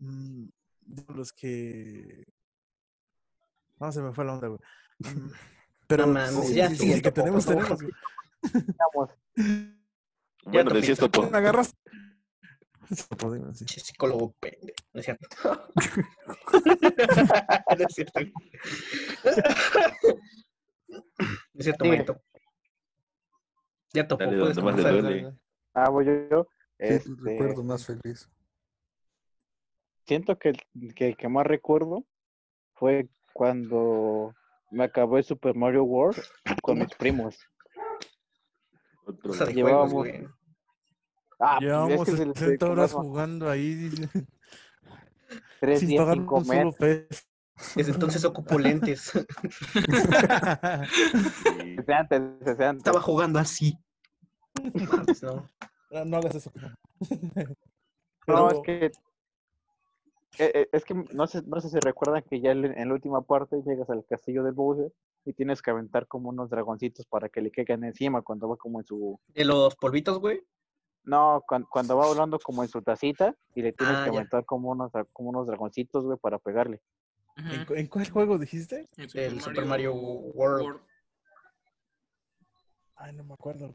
Speaker 1: Mm, de Los que, no, se me fue la onda, güey. Mm, Pero
Speaker 3: mames,
Speaker 1: sí,
Speaker 3: ya,
Speaker 1: sí, sí,
Speaker 3: siguiente,
Speaker 1: que
Speaker 3: por
Speaker 1: tenemos,
Speaker 3: favor.
Speaker 1: tenemos, güey.
Speaker 2: Bueno,
Speaker 3: te
Speaker 2: decías topo.
Speaker 1: Me agarraste. Eso podemos decir.
Speaker 3: Che, psicólogo pende. No es cierto. no es cierto. no es cierto,
Speaker 4: Sigue.
Speaker 3: Maito. Ya pues, topó.
Speaker 2: Dale,
Speaker 3: puedes
Speaker 2: donde más le
Speaker 3: comenzar.
Speaker 2: duele.
Speaker 4: Ah, voy yo. yo.
Speaker 5: ¿Qué
Speaker 4: Este,
Speaker 5: pues, recuerdo más feliz?
Speaker 4: siento que el que, el que más recuerdo fue cuando me acabé el Super Mario World con mis primos.
Speaker 2: Otro
Speaker 3: Cosa de
Speaker 2: lado.
Speaker 3: juegos,
Speaker 4: Llevábamos-
Speaker 3: güey.
Speaker 4: Ah, pues,
Speaker 1: Llevamos
Speaker 4: es que es el-
Speaker 1: 60
Speaker 4: el que
Speaker 1: horas
Speaker 4: más-
Speaker 1: jugando ahí, dice,
Speaker 4: tres
Speaker 1: sin
Speaker 4: días
Speaker 1: pagar
Speaker 4: sin
Speaker 1: un
Speaker 4: comer.
Speaker 1: solo peso.
Speaker 3: Desde entonces ocupo lentes.
Speaker 2: Sí.
Speaker 4: Desde antes, desde antes.
Speaker 3: Estaba jugando así. Mames, no.
Speaker 1: no, no hagas eso. Pero-
Speaker 4: No, es que. eh, eh, Es que no sé, no sé si recuerdan que ya en en la última parte llegas al castillo de Bowser y tienes que aventar como unos dragoncitos para que le caigan encima cuando va como en su.
Speaker 3: De los polvitos, güey.
Speaker 4: No, cuan- cuando va volando como en su tacita y le tienes
Speaker 3: Ah,
Speaker 4: que
Speaker 3: ya.
Speaker 4: aventar como unos, dra- como unos dragoncitos, güey, para pegarle.
Speaker 1: ¿En,
Speaker 6: Ujú.
Speaker 1: cu- en cuál juego dijiste?
Speaker 6: El
Speaker 3: Del Super Mario World.
Speaker 1: Ay, no me acuerdo.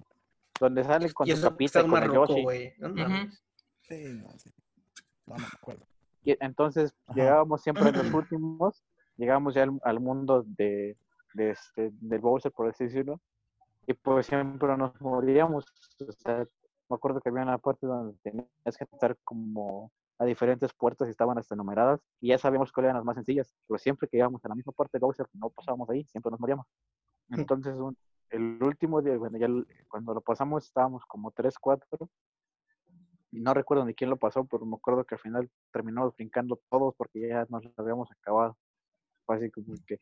Speaker 4: Donde sale con
Speaker 3: Y
Speaker 4: su
Speaker 3: eso
Speaker 4: capita
Speaker 3: está
Speaker 4: con
Speaker 3: más
Speaker 4: el
Speaker 3: roco,
Speaker 4: Yoshi.
Speaker 3: güey. No
Speaker 6: Ujú.
Speaker 3: mames.
Speaker 1: Sí, no, sí. No, no me acuerdo.
Speaker 4: Y entonces
Speaker 1: Ajá.
Speaker 4: llegábamos siempre en los últimos, llegábamos ya al, al mundo de, de este, del Bowser, por así decirlo, y pues siempre nos moríamos. O sea, me acuerdo que había una parte donde tenías que entrar como a diferentes puertas y estaban hasta numeradas, y ya sabíamos cuáles eran las más sencillas, pero siempre que íbamos a la misma parte de Bowser, no pasábamos ahí, siempre nos moríamos. Entonces, un- el último día, bueno, ya l- cuando lo pasamos estábamos como 3, 4, y no recuerdo ni quién lo pasó, pero me acuerdo que al final terminamos brincando todos porque ya nos lo habíamos acabado. Fue así como que,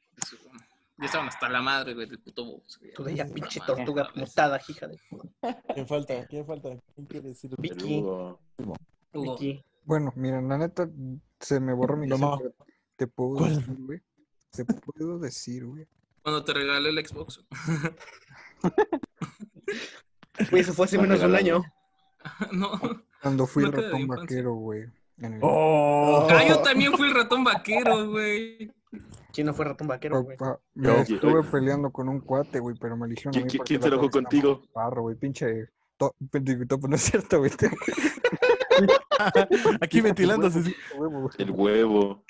Speaker 6: Ya estaban hasta la madre, güey, del puto box. güey.
Speaker 3: Tú de ella, pinche
Speaker 6: Mamá,
Speaker 3: tortuga
Speaker 6: mames.
Speaker 3: mutada, hija de
Speaker 1: ¿Quién falta? ¿Quién falta? ¿Quién quiere decir?
Speaker 2: El
Speaker 3: Vicky.
Speaker 2: Hugo.
Speaker 6: Hugo,
Speaker 3: Vicky.
Speaker 5: Bueno, mira, la neta, se me borró mi
Speaker 1: No,
Speaker 5: lista,
Speaker 1: no.
Speaker 5: pero Te puedo
Speaker 1: ¿Cuál?
Speaker 5: decir, güey. Te puedo decir, güey.
Speaker 6: Cuando te regalé el Xbox.
Speaker 3: Güey, eso fue hace
Speaker 2: Mal
Speaker 3: menos de un
Speaker 2: regalado.
Speaker 3: año.
Speaker 6: no.
Speaker 5: Cuando fui el
Speaker 6: Marca de
Speaker 5: ratón
Speaker 6: infancia.
Speaker 5: vaquero, güey. en el-
Speaker 1: ¡Oh!
Speaker 6: Ah, yo también fui el ratón vaquero, güey.
Speaker 3: ¿Quién no fue ratón vaquero, güey?
Speaker 5: Papá,
Speaker 2: Yo-
Speaker 5: me
Speaker 2: yo-
Speaker 5: estuve peleando con un cuate, güey, pero me eligieron a
Speaker 2: ¿Qui-
Speaker 5: mí
Speaker 2: qui-
Speaker 5: porque
Speaker 2: ¿Quién se
Speaker 5: el
Speaker 2: enojó
Speaker 5: otro estaba
Speaker 2: contigo?
Speaker 5: Parro, güey, pinche to- digo, topo, no es cierto, güey. te-
Speaker 1: Aquí ventilándose. sí.
Speaker 5: huevo, güey.
Speaker 2: El huevo.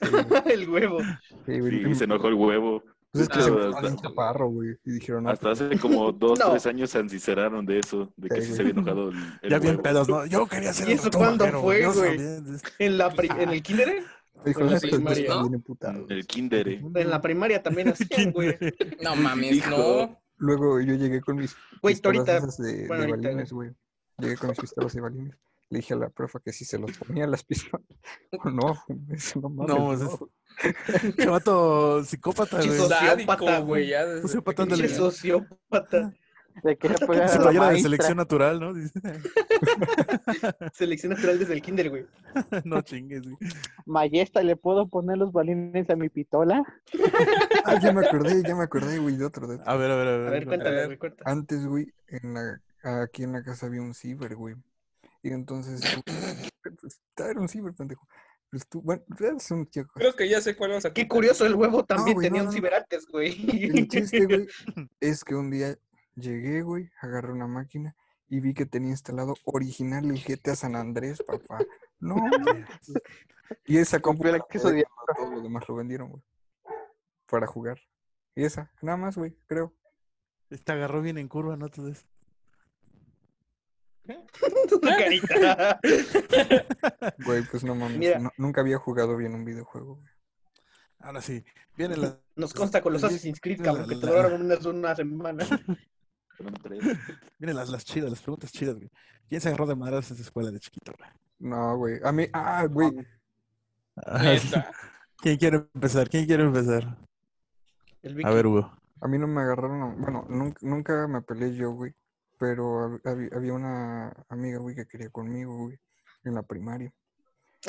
Speaker 3: El huevo.
Speaker 5: Sí, güey,
Speaker 2: Sí,
Speaker 5: pin-
Speaker 2: se enojó el huevo.
Speaker 5: pues es que se
Speaker 6: Ah,
Speaker 5: me
Speaker 2: hasta-
Speaker 5: pinche parro, güey, y dijeron, no,
Speaker 2: Hasta hace como dos,
Speaker 3: No.
Speaker 2: tres años se anciceraron de eso, de que
Speaker 5: Sí,
Speaker 2: sí se había enojado el, el
Speaker 1: Ya bien
Speaker 2: huevo.
Speaker 1: pedos, ¿no? Yo quería ser
Speaker 3: ¿Y
Speaker 1: el
Speaker 3: eso
Speaker 1: ratón
Speaker 3: cuándo
Speaker 1: vaquero,
Speaker 3: fue,
Speaker 1: yo
Speaker 3: güey?
Speaker 1: sabía de esto.
Speaker 3: ¿En, la pri- en el kinder?
Speaker 5: me dijo,
Speaker 3: en la
Speaker 5: "Neta, pues,
Speaker 3: primaria,
Speaker 5: están
Speaker 6: ¿no?
Speaker 5: bien emputados".
Speaker 2: El kinder. eh.
Speaker 3: En la primaria también hacían, güey.
Speaker 6: No mames,
Speaker 2: Hijo.
Speaker 6: no.
Speaker 5: Luego yo llegué con mis
Speaker 3: Güey,
Speaker 5: pistolas
Speaker 3: ahorita-
Speaker 5: esas de,
Speaker 3: bueno,
Speaker 5: de
Speaker 3: ahorita,
Speaker 5: balines, güey. Llegué con mis pistolas de balines. Le dije a la profa que si se los ponía las pistolas. No, me dice, no mames.
Speaker 7: No, pues es- Pinche vato psicópata, güey.
Speaker 3: Chisos-
Speaker 6: Sociópata,
Speaker 3: Sociópata,
Speaker 6: güey. ya desde
Speaker 7: Sociópata,
Speaker 6: pequeño.
Speaker 3: Pinche
Speaker 7: ándale.
Speaker 3: sociópata.
Speaker 4: Le quería pegar a
Speaker 7: Su
Speaker 4: la
Speaker 7: playera de
Speaker 4: maestra.
Speaker 7: selección natural, ¿no? Dice,
Speaker 3: Selección natural desde el kinder, güey.
Speaker 7: no chingues, güey.
Speaker 4: Maestra, ¿le puedo poner los balines a mi pitola?
Speaker 5: Ah, ya me acordé, ya me acordé, güey, de otro dato.
Speaker 7: A ver, a ver, a ver.
Speaker 3: A ver, cuéntame,
Speaker 5: ver.
Speaker 3: güey, cuéntame.
Speaker 5: Antes, güey, en la, aquí en la casa había un ciber, güey. Y entonces, pues, era un ciber, pendejo. Pues tú, bueno, es un chico.
Speaker 6: Creo que ya sé cuál
Speaker 7: Ah,
Speaker 6: vas a
Speaker 3: Qué
Speaker 6: contar.
Speaker 3: curioso, el huevo también
Speaker 5: güey,
Speaker 3: tenía
Speaker 5: no,
Speaker 3: un
Speaker 5: no.
Speaker 3: ciberantes, güey.
Speaker 5: El chiste, güey, es que un día llegué, güey, agarré una máquina y vi que tenía instalado original el GTA San Andrés, papá. No, güey. Y esa compu
Speaker 4: Compré la
Speaker 5: la
Speaker 4: que
Speaker 5: guardé
Speaker 4: odiaba.
Speaker 5: cuando todos los demás lo vendieron, güey. Para jugar. Y esa, nada más, güey, creo.
Speaker 7: Te agarró bien en curva, ¿no? Entonces.
Speaker 3: Tu carita.
Speaker 5: Güey, pues no mames.
Speaker 3: Mira.
Speaker 5: no- nunca había jugado bien un videojuego, güey.
Speaker 7: Ahora sí. Viene la.
Speaker 3: Nos consta con los Assassin's Creed, cabrón, que te
Speaker 7: La-
Speaker 3: duraron unas una semana.
Speaker 2: Fueron tres.
Speaker 7: Vienen las, las chidas, las preguntas chidas, güey. ¿Quién se agarró de madras en su escuela de chiquito, güey?
Speaker 5: No, güey. A mí, ah, güey.
Speaker 6: Neta.
Speaker 7: ¿Quién quiere empezar? ¿Quién quiere empezar?
Speaker 3: El Vicky.
Speaker 7: A ver, Hugo.
Speaker 5: A mí no me agarraron, a- bueno, nunca, nunca me peleé yo, güey, pero hab- hab- había una amiga, güey, que quería conmigo, güey, en la primaria.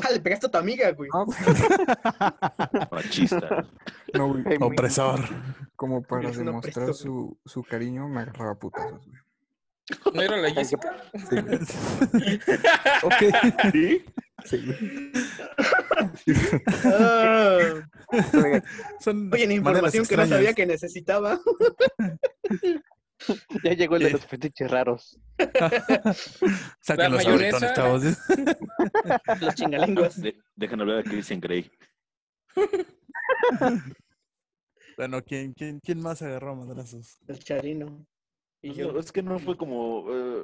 Speaker 3: Ah, le pegaste a tu amiga, güey.
Speaker 5: Ah, güey,
Speaker 2: Machista.
Speaker 5: no, güey,
Speaker 7: Opresor.
Speaker 5: como para
Speaker 3: Eres un
Speaker 5: demostrar
Speaker 3: opresor.
Speaker 5: su, su cariño, me agarraba a putazos, güey.
Speaker 6: ¿No era la Jessica?
Speaker 7: ok.
Speaker 3: Ah,
Speaker 7: Son
Speaker 3: oye, ni
Speaker 7: maneras
Speaker 3: información que no sabía
Speaker 7: extrañas.
Speaker 3: que necesitaba.
Speaker 4: Ya llegó el de los fetiches raros.
Speaker 7: Saquen
Speaker 6: La
Speaker 7: los
Speaker 6: mayonesa.
Speaker 7: abritones, chavos.
Speaker 3: Los chingalenguas.
Speaker 2: De- dejan hablar a Christian Grey.
Speaker 7: Bueno, ¿quién, quién, ¿quién más se agarró a madrazos?
Speaker 3: El charino. Y yo.
Speaker 2: No, es que no fue como. eh,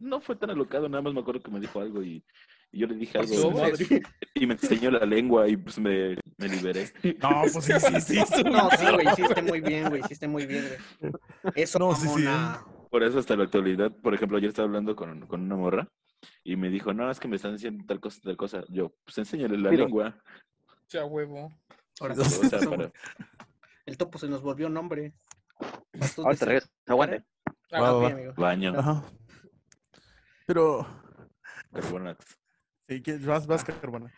Speaker 2: no fue tan alocado, nada más me acuerdo que me dijo algo y, y Pues yo le dije
Speaker 6: Por
Speaker 2: algo.
Speaker 6: su
Speaker 2: ¿no?
Speaker 6: madre.
Speaker 2: Y me enseñó la lengua y pues me, me liberé.
Speaker 7: No, pues sí, sí, sí.
Speaker 3: No, sí, güey, hiciste muy bien, güey, hiciste muy bien, güey. Eso,
Speaker 7: No, sí, eh. sí,
Speaker 3: mamona.
Speaker 2: Por eso hasta la actualidad, por ejemplo, ayer estaba hablando con, con una morra y me dijo, no, es que me están diciendo tal cosa, tal cosa. Yo, pues enséñale la
Speaker 4: Mira.
Speaker 2: lengua.
Speaker 6: Ya huevo.
Speaker 3: Ahora
Speaker 2: O sea,
Speaker 3: sí,
Speaker 2: para-
Speaker 3: El topo se nos volvió nombre. Vas tú,
Speaker 4: Ahorita
Speaker 3: Desi.
Speaker 4: regreso. Aguante.
Speaker 6: Ah,
Speaker 7: Va, va,
Speaker 3: Ah, ok,
Speaker 7: va.
Speaker 3: amigo.
Speaker 2: baño,
Speaker 7: Ajá. Pero,
Speaker 2: carbonato.
Speaker 7: sí, ¿quién más, más
Speaker 1: Ah.
Speaker 7: carbona?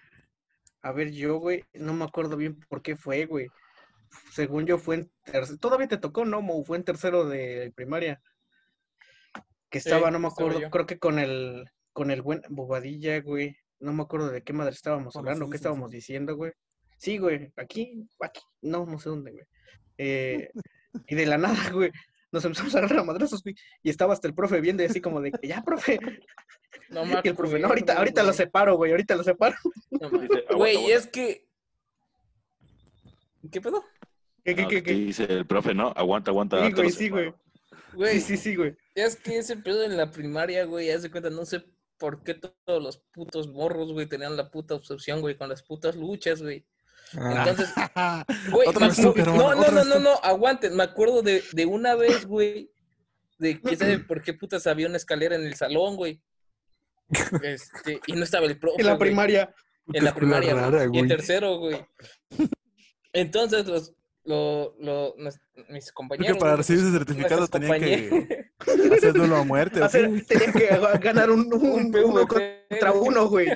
Speaker 3: A ver, yo, güey, no me acuerdo bien por qué fue, güey. Según yo fue en tercero. Todavía te tocó, ¿no, Mo? Fue en tercero de primaria. Que
Speaker 6: Sí,
Speaker 3: estaba, no me
Speaker 6: estaba
Speaker 3: acuerdo,
Speaker 6: yo.
Speaker 3: creo que con el con el buen Bobadilla, güey. No me acuerdo de qué madre estábamos
Speaker 7: Bueno,
Speaker 3: hablando,
Speaker 7: sí,
Speaker 3: qué
Speaker 7: sí, sí.
Speaker 3: estábamos diciendo, güey. Sí, güey, aquí, aquí, no, no sé dónde, güey. Eh, y de la nada, güey, nos empezamos a agarrar a madrazos, güey. Y estaba hasta el profe viendo y así como de que ya, profe.
Speaker 6: No me
Speaker 3: Y el profe, no,
Speaker 6: acuerdo,
Speaker 3: ahorita, ahorita lo
Speaker 6: Ah, güey.
Speaker 3: separo, güey, ahorita lo separo.
Speaker 6: No me-
Speaker 2: Dice, "Aguanta,
Speaker 6: Güey,
Speaker 2: aguanta".
Speaker 6: es que. ¿Qué pedo?
Speaker 3: ¿Qué,
Speaker 6: Ah,
Speaker 3: qué,
Speaker 2: No,
Speaker 3: qué,
Speaker 2: que
Speaker 3: qué?
Speaker 2: Dice el profe, no, aguanta, aguanta.
Speaker 3: Sí,
Speaker 2: ahorita
Speaker 3: güey,
Speaker 2: lo
Speaker 3: sí, güey.
Speaker 2: separo".
Speaker 6: Güey,
Speaker 3: Sí, sí, sí, güey.
Speaker 6: es que ese pedo en la primaria, güey, haz de cuenta, no sé por qué to- todos los putos morros, güey, tenían la puta obsesión, güey, con las putas luchas, güey.
Speaker 5: Ah,
Speaker 6: Entonces, Güey,
Speaker 7: Otra
Speaker 6: me
Speaker 7: vez
Speaker 6: acu-
Speaker 7: tú, Germán,
Speaker 6: no, no,
Speaker 7: otra
Speaker 6: no,
Speaker 7: vez
Speaker 6: no,
Speaker 7: tú.
Speaker 6: no, aguanten. Me acuerdo de, de una vez, güey, de que sabe por qué putas había una escalera en el salón, güey. Este, y no estaba el profe.
Speaker 3: En la
Speaker 6: güey.
Speaker 3: primaria.
Speaker 6: En la
Speaker 5: Puta escuela
Speaker 6: primaria, güey,
Speaker 5: rara,
Speaker 6: Y en
Speaker 5: güey.
Speaker 6: tercero, güey. Entonces, los, lo, lo- nos- mis
Speaker 7: Creo
Speaker 6: compañeros.
Speaker 7: que para
Speaker 6: güey,
Speaker 7: recibir ese
Speaker 6: nuestros
Speaker 7: certificado tenían
Speaker 6: compañeros-
Speaker 7: que hacer duelo a muerte. ¿o
Speaker 3: Hacer-
Speaker 7: qué?
Speaker 3: tenía que ga- ganar un, un-
Speaker 6: Un
Speaker 3: uno
Speaker 6: PvP,
Speaker 3: contra
Speaker 6: güey.
Speaker 3: uno, güey.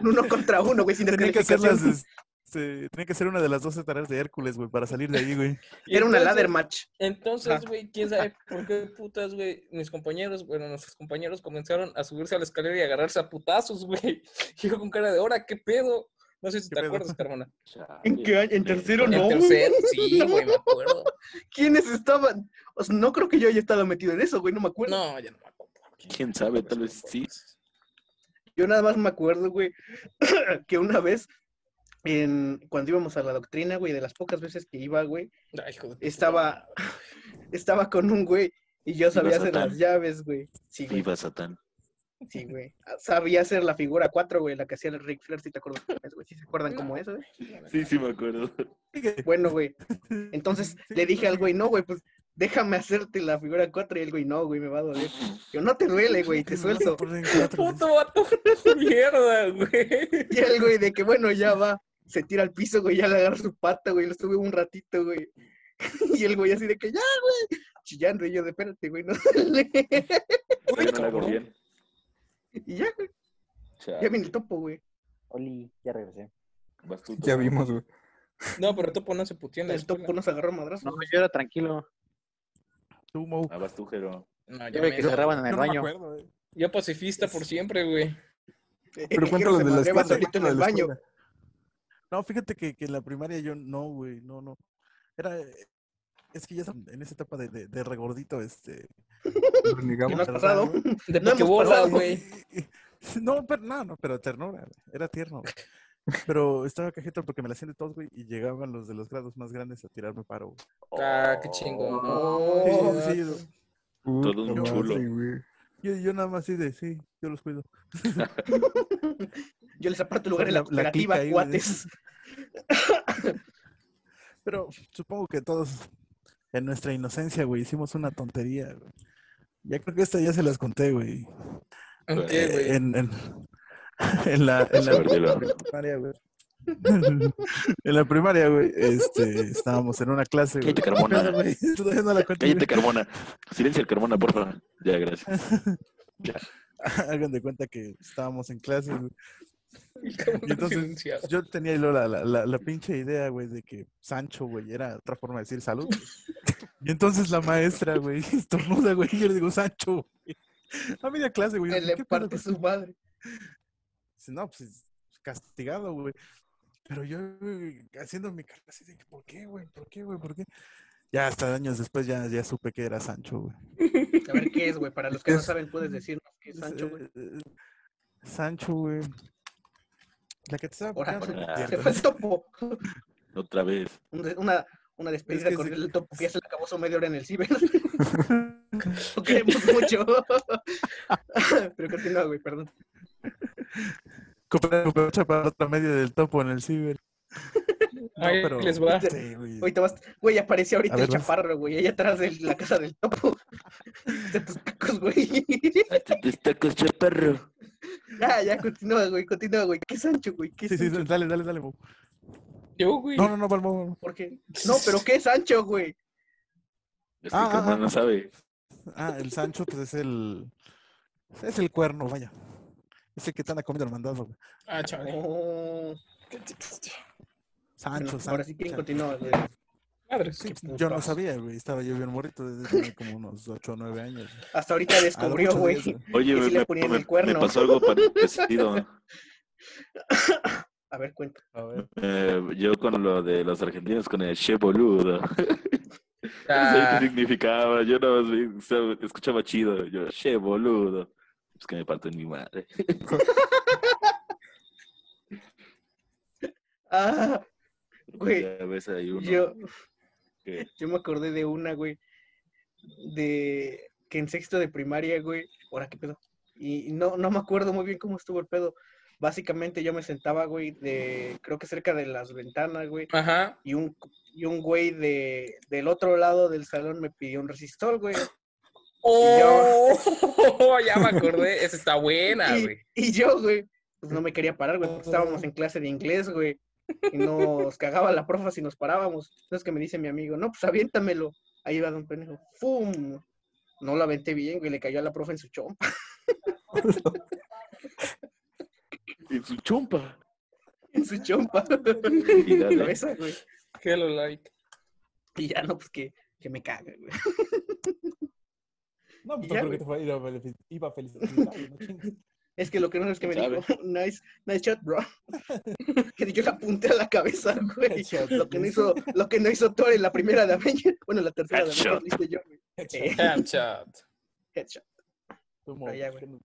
Speaker 3: Un Uno contra uno, güey, sin
Speaker 7: Tenía que hacer las,
Speaker 3: descalificación.
Speaker 7: este, tenía que hacer una de las 12 tareas de Hércules, güey, para salir de ahí, güey.
Speaker 6: Y
Speaker 3: Era una
Speaker 6: entonces-
Speaker 3: ladder match.
Speaker 6: Entonces,
Speaker 3: Ajá.
Speaker 6: güey, quién sabe por qué putas, güey, mis compañeros, bueno, nuestros compañeros comenzaron a subirse a la escalera y a agarrarse a putazos, güey. Y yo con cara de, ahora, ¿qué pedo? No sé si
Speaker 7: ¿Qué
Speaker 6: te
Speaker 7: pedo?
Speaker 6: acuerdas, Carmona.
Speaker 2: Chale.
Speaker 3: ¿En qué año? ¿En tercero?
Speaker 6: En
Speaker 3: No, güey.
Speaker 6: tercero, sí,
Speaker 3: No.
Speaker 6: güey, me acuerdo.
Speaker 3: ¿Quiénes estaban? O sea, no creo que yo haya estado metido en eso, güey, no me acuerdo.
Speaker 6: No, ya no me acuerdo.
Speaker 2: ¿Quién sabe? Tal vez sí.
Speaker 3: Yo nada más me acuerdo, güey, que una vez, en, cuando íbamos a la doctrina, güey, de las pocas veces que iba, güey,
Speaker 6: Ay, hijo de tu
Speaker 3: estaba, estaba con un güey y yo sabía
Speaker 2: Ibas a
Speaker 3: hacer
Speaker 2: tan-
Speaker 3: las llaves, güey. Sí, güey.
Speaker 2: Viva Satán.
Speaker 3: Sí, güey. Sabía hacer la figura 4, güey, la que hacía el Rick Flair, si te acuerdas, güey. ¿Sí se acuerdan cómo es, güey?
Speaker 6: madre.
Speaker 2: Sí, sí, me acuerdo.
Speaker 7: Sí, que-
Speaker 3: Bueno, güey. Entonces
Speaker 7: Sí,
Speaker 3: le dije al güey, no, güey, pues déjame hacerte la figura 4 y el güey, no, güey, me va a doler. Yo, no te duele, güey, te suelto.
Speaker 8: Puto vato, mierda, güey.
Speaker 3: Y el güey de que, bueno, ya va, se tira al piso, güey, ya le agarra su pata, güey, lo sube un ratito, güey. Y el güey así de que, ya, güey, chillando, y yo de, espérate, güey, no duele.
Speaker 2: Yo no la hago bien.
Speaker 3: Y ya, güey, ya
Speaker 2: Chale.
Speaker 3: viene el topo, güey.
Speaker 4: Oli, ya regresé.
Speaker 2: Vas tú,
Speaker 5: Ya
Speaker 2: Topo.
Speaker 5: vimos, güey.
Speaker 6: No, pero Topo no se puteó en la
Speaker 3: El
Speaker 6: escuela.
Speaker 3: topo nos agarró madrazos.
Speaker 4: No, yo era tranquilo.
Speaker 1: Tú, Mau.
Speaker 2: Ah, vas tú, Jero.
Speaker 6: No,
Speaker 4: Yo
Speaker 6: ya
Speaker 4: vi que
Speaker 6: me-
Speaker 4: cerraban en el
Speaker 1: Yo no me
Speaker 4: baño.
Speaker 1: acuerdo, eh. güey.
Speaker 6: Yo pacifista por siempre, güey.
Speaker 3: Eh,
Speaker 5: Pero cuéntalo de la
Speaker 3: las
Speaker 5: escuela.
Speaker 3: en
Speaker 5: cuéntalo
Speaker 3: el
Speaker 5: de la
Speaker 3: baño.
Speaker 5: escuela.
Speaker 1: No, fíjate que, que en la primaria yo no, güey, no, no. Era, eh, es que ya son- en esa etapa de, de, de regordito, este.
Speaker 5: Nos
Speaker 3: ¿Qué
Speaker 5: renegamos.
Speaker 3: no has pasado?
Speaker 6: De
Speaker 3: No hemos
Speaker 6: pokebola,
Speaker 3: pasado.
Speaker 6: güey.
Speaker 1: No, pero no, no, pero ternura, güey, era tierno. güey. Pero estaba cajeta porque me la hacían de todos, güey, y llegaban los de los grados más grandes a tirarme paro, güey.
Speaker 6: Ah, qué chingón.
Speaker 3: Oh,
Speaker 1: Sí, sí, sí,
Speaker 5: Puta
Speaker 2: Todo un
Speaker 5: madre,
Speaker 2: chulo.
Speaker 5: güey.
Speaker 1: yo, yo nada más así de, sí, yo los cuido.
Speaker 3: Yo les aparto lugar en
Speaker 1: La-
Speaker 3: la,
Speaker 1: la
Speaker 3: cooperativa,
Speaker 1: clica ahí, güey.
Speaker 3: cuates.
Speaker 1: Pero supongo que todos en nuestra inocencia, güey, hicimos una tontería, güey. Ya creo que esta ya se las conté, güey.
Speaker 6: ¿En
Speaker 2: Eh,
Speaker 6: qué, güey?
Speaker 1: En, en, en la, en
Speaker 2: A ver, dilo.
Speaker 1: la primaria, güey. en la primaria, güey, este, estábamos en una clase, güey.
Speaker 2: Cállate, Carmona.
Speaker 1: Espera, güey, Todavía no la cuento,
Speaker 2: Cállate, Carmona. Silencia el Carmona, por favor. Ya, gracias.
Speaker 1: güey. Hagan de cuenta que estábamos en clase, güey.
Speaker 6: ¿Cómo lo
Speaker 1: entonces-
Speaker 6: silenciabas?
Speaker 1: Yo tenía ahí la, la, la, la pinche idea, güey, de que Sancho, güey, era otra forma de decir salud. güey. Y entonces la maestra, güey, estornuda, güey, y yo le digo, Sancho, güey. A media clase, güey. yo así,
Speaker 3: Le
Speaker 1: "¿Qué pedo,
Speaker 3: parte
Speaker 1: güey?"
Speaker 3: su madre.
Speaker 1: Dice, no, pues es castigado, güey. Pero yo güey, haciendo mi cara así de que, ¿por qué, güey? ¿Por qué, güey? ¿Por qué? Ya hasta años después ya, ya supe que era Sancho, güey.
Speaker 3: A ver qué es, güey. Para los que no
Speaker 1: Es-
Speaker 3: saben, puedes decirnos qué es Sancho, güey.
Speaker 1: Eh, eh, Sancho, güey. La que te estaba
Speaker 3: Ahora,
Speaker 1: picando,
Speaker 2: ahora.
Speaker 1: güey.
Speaker 3: Se fue el topo.
Speaker 2: Otra vez.
Speaker 3: Un de- Una, una despedida
Speaker 1: Es que
Speaker 3: con
Speaker 1: sí.
Speaker 3: el topo que ya se le acabó su media hora en el ciber. Lo queremos mucho. Pero continúa, güey, perdón.
Speaker 1: Compré cooperacha para otra media del topo en el ciber. No,
Speaker 6: Ahí
Speaker 1: pero-
Speaker 6: les va.
Speaker 1: Sí, güey.
Speaker 3: Ahorita vas, güey, apareció ahorita
Speaker 1: A ver,
Speaker 3: el
Speaker 1: vas.
Speaker 3: chaparro, güey, allá atrás de la casa del topo. De tus tacos, güey.
Speaker 2: Hazte tus tacos, chaparro.
Speaker 3: ya, ya, continúa, güey, continúa, güey. ¿Qué es Sancho, güey? ¿Qué es
Speaker 1: Sí, sí,
Speaker 3: Sancho?
Speaker 1: dale, dale, dale. Mau.
Speaker 6: Yo, güey.
Speaker 1: No, no, no, Balmo. Balmo.
Speaker 3: ¿Por qué? No, pero ¿qué es Sancho, güey?
Speaker 2: Es que
Speaker 1: Ah, ah,
Speaker 2: Carmona
Speaker 1: ah.
Speaker 2: no sabe.
Speaker 1: Ah, el Sancho, pues es el. Es el cuerno, vaya. Es el que te anda comiendo el mandado, güey.
Speaker 6: Ah, chaval.
Speaker 3: Oh,
Speaker 1: Sancho,
Speaker 3: bueno,
Speaker 1: Sancho.
Speaker 3: ahora sí quieren continuar, güey.
Speaker 6: Madre,
Speaker 1: Sí,
Speaker 6: qué
Speaker 1: yo no
Speaker 6: putas.
Speaker 1: sabía, güey. Estaba yo bien morrito desde tenía como unos 8 o 9 años. güey.
Speaker 3: Hasta ahorita
Speaker 1: A los
Speaker 3: descubrió,
Speaker 1: ocho,
Speaker 3: güey.
Speaker 1: diez, güey.
Speaker 2: Oye,
Speaker 3: Que sí
Speaker 2: me,
Speaker 3: le ponían
Speaker 2: me-
Speaker 3: el cuerno.
Speaker 2: me pasó algo parecido.
Speaker 3: A ver, cuenta.
Speaker 1: A ver.
Speaker 2: Eh, yo con lo de los argentinos, con el che boludo. No sabía
Speaker 6: Ah,
Speaker 2: qué significaba. Yo nada más vi- solo escuchaba chido. Yo, che boludo. Es que me parto en mi madre.
Speaker 3: Ah, Güey,
Speaker 2: Ya ves ahí uno
Speaker 3: yo,
Speaker 2: que-
Speaker 3: yo me acordé de una, güey. De que en sexto de primaria, güey. Ahora, ¿qué pedo? Y no, no me acuerdo muy bien cómo estuvo el pedo. Básicamente yo me sentaba, güey, de, creo que cerca de las ventanas, güey.
Speaker 6: Ajá.
Speaker 3: y un, y un güey de, del otro lado del salón me pidió un resistol, güey.
Speaker 6: Oh, ya me acordé. Esa está buena,
Speaker 3: Y,
Speaker 6: güey.
Speaker 3: y yo, güey, pues no me quería parar, güey, porque estábamos en clase de inglés, güey. Y nos cagaba la profa si nos parábamos. Entonces que me dice mi amigo, no, pues aviéntamelo. Ahí va don pendejo. ¡Fum! No lo aventé bien, güey, le cayó a la profa en su chompa.
Speaker 2: En su chompa.
Speaker 3: En su chompa.
Speaker 2: Y
Speaker 3: En
Speaker 2: dale.
Speaker 3: la cabeza, güey.
Speaker 6: Hello, like.
Speaker 3: Y ya no, pues que, que me caga, güey.
Speaker 9: No, pues
Speaker 3: Ya,
Speaker 9: creo
Speaker 3: güey.
Speaker 9: que te fue a ir a fel- iba a felicitar, güey, no chingues.
Speaker 3: Es que lo que no es que me
Speaker 2: ¿Sabe?
Speaker 3: dijo, nice, nice shot, bro. que yo le apunté a la cabeza, güey.
Speaker 9: Headshot,
Speaker 3: Lo que no
Speaker 9: güey.
Speaker 3: hizo, lo que no hizo Thor en la primera de Avenger, bueno, la tercera de Avenger, lo hice yo, güey.
Speaker 9: Headshot,
Speaker 3: Eh,
Speaker 6: Headshot.
Speaker 3: headshot.
Speaker 9: tú, Mau,
Speaker 3: Ah, ya,
Speaker 9: ¿por qué no?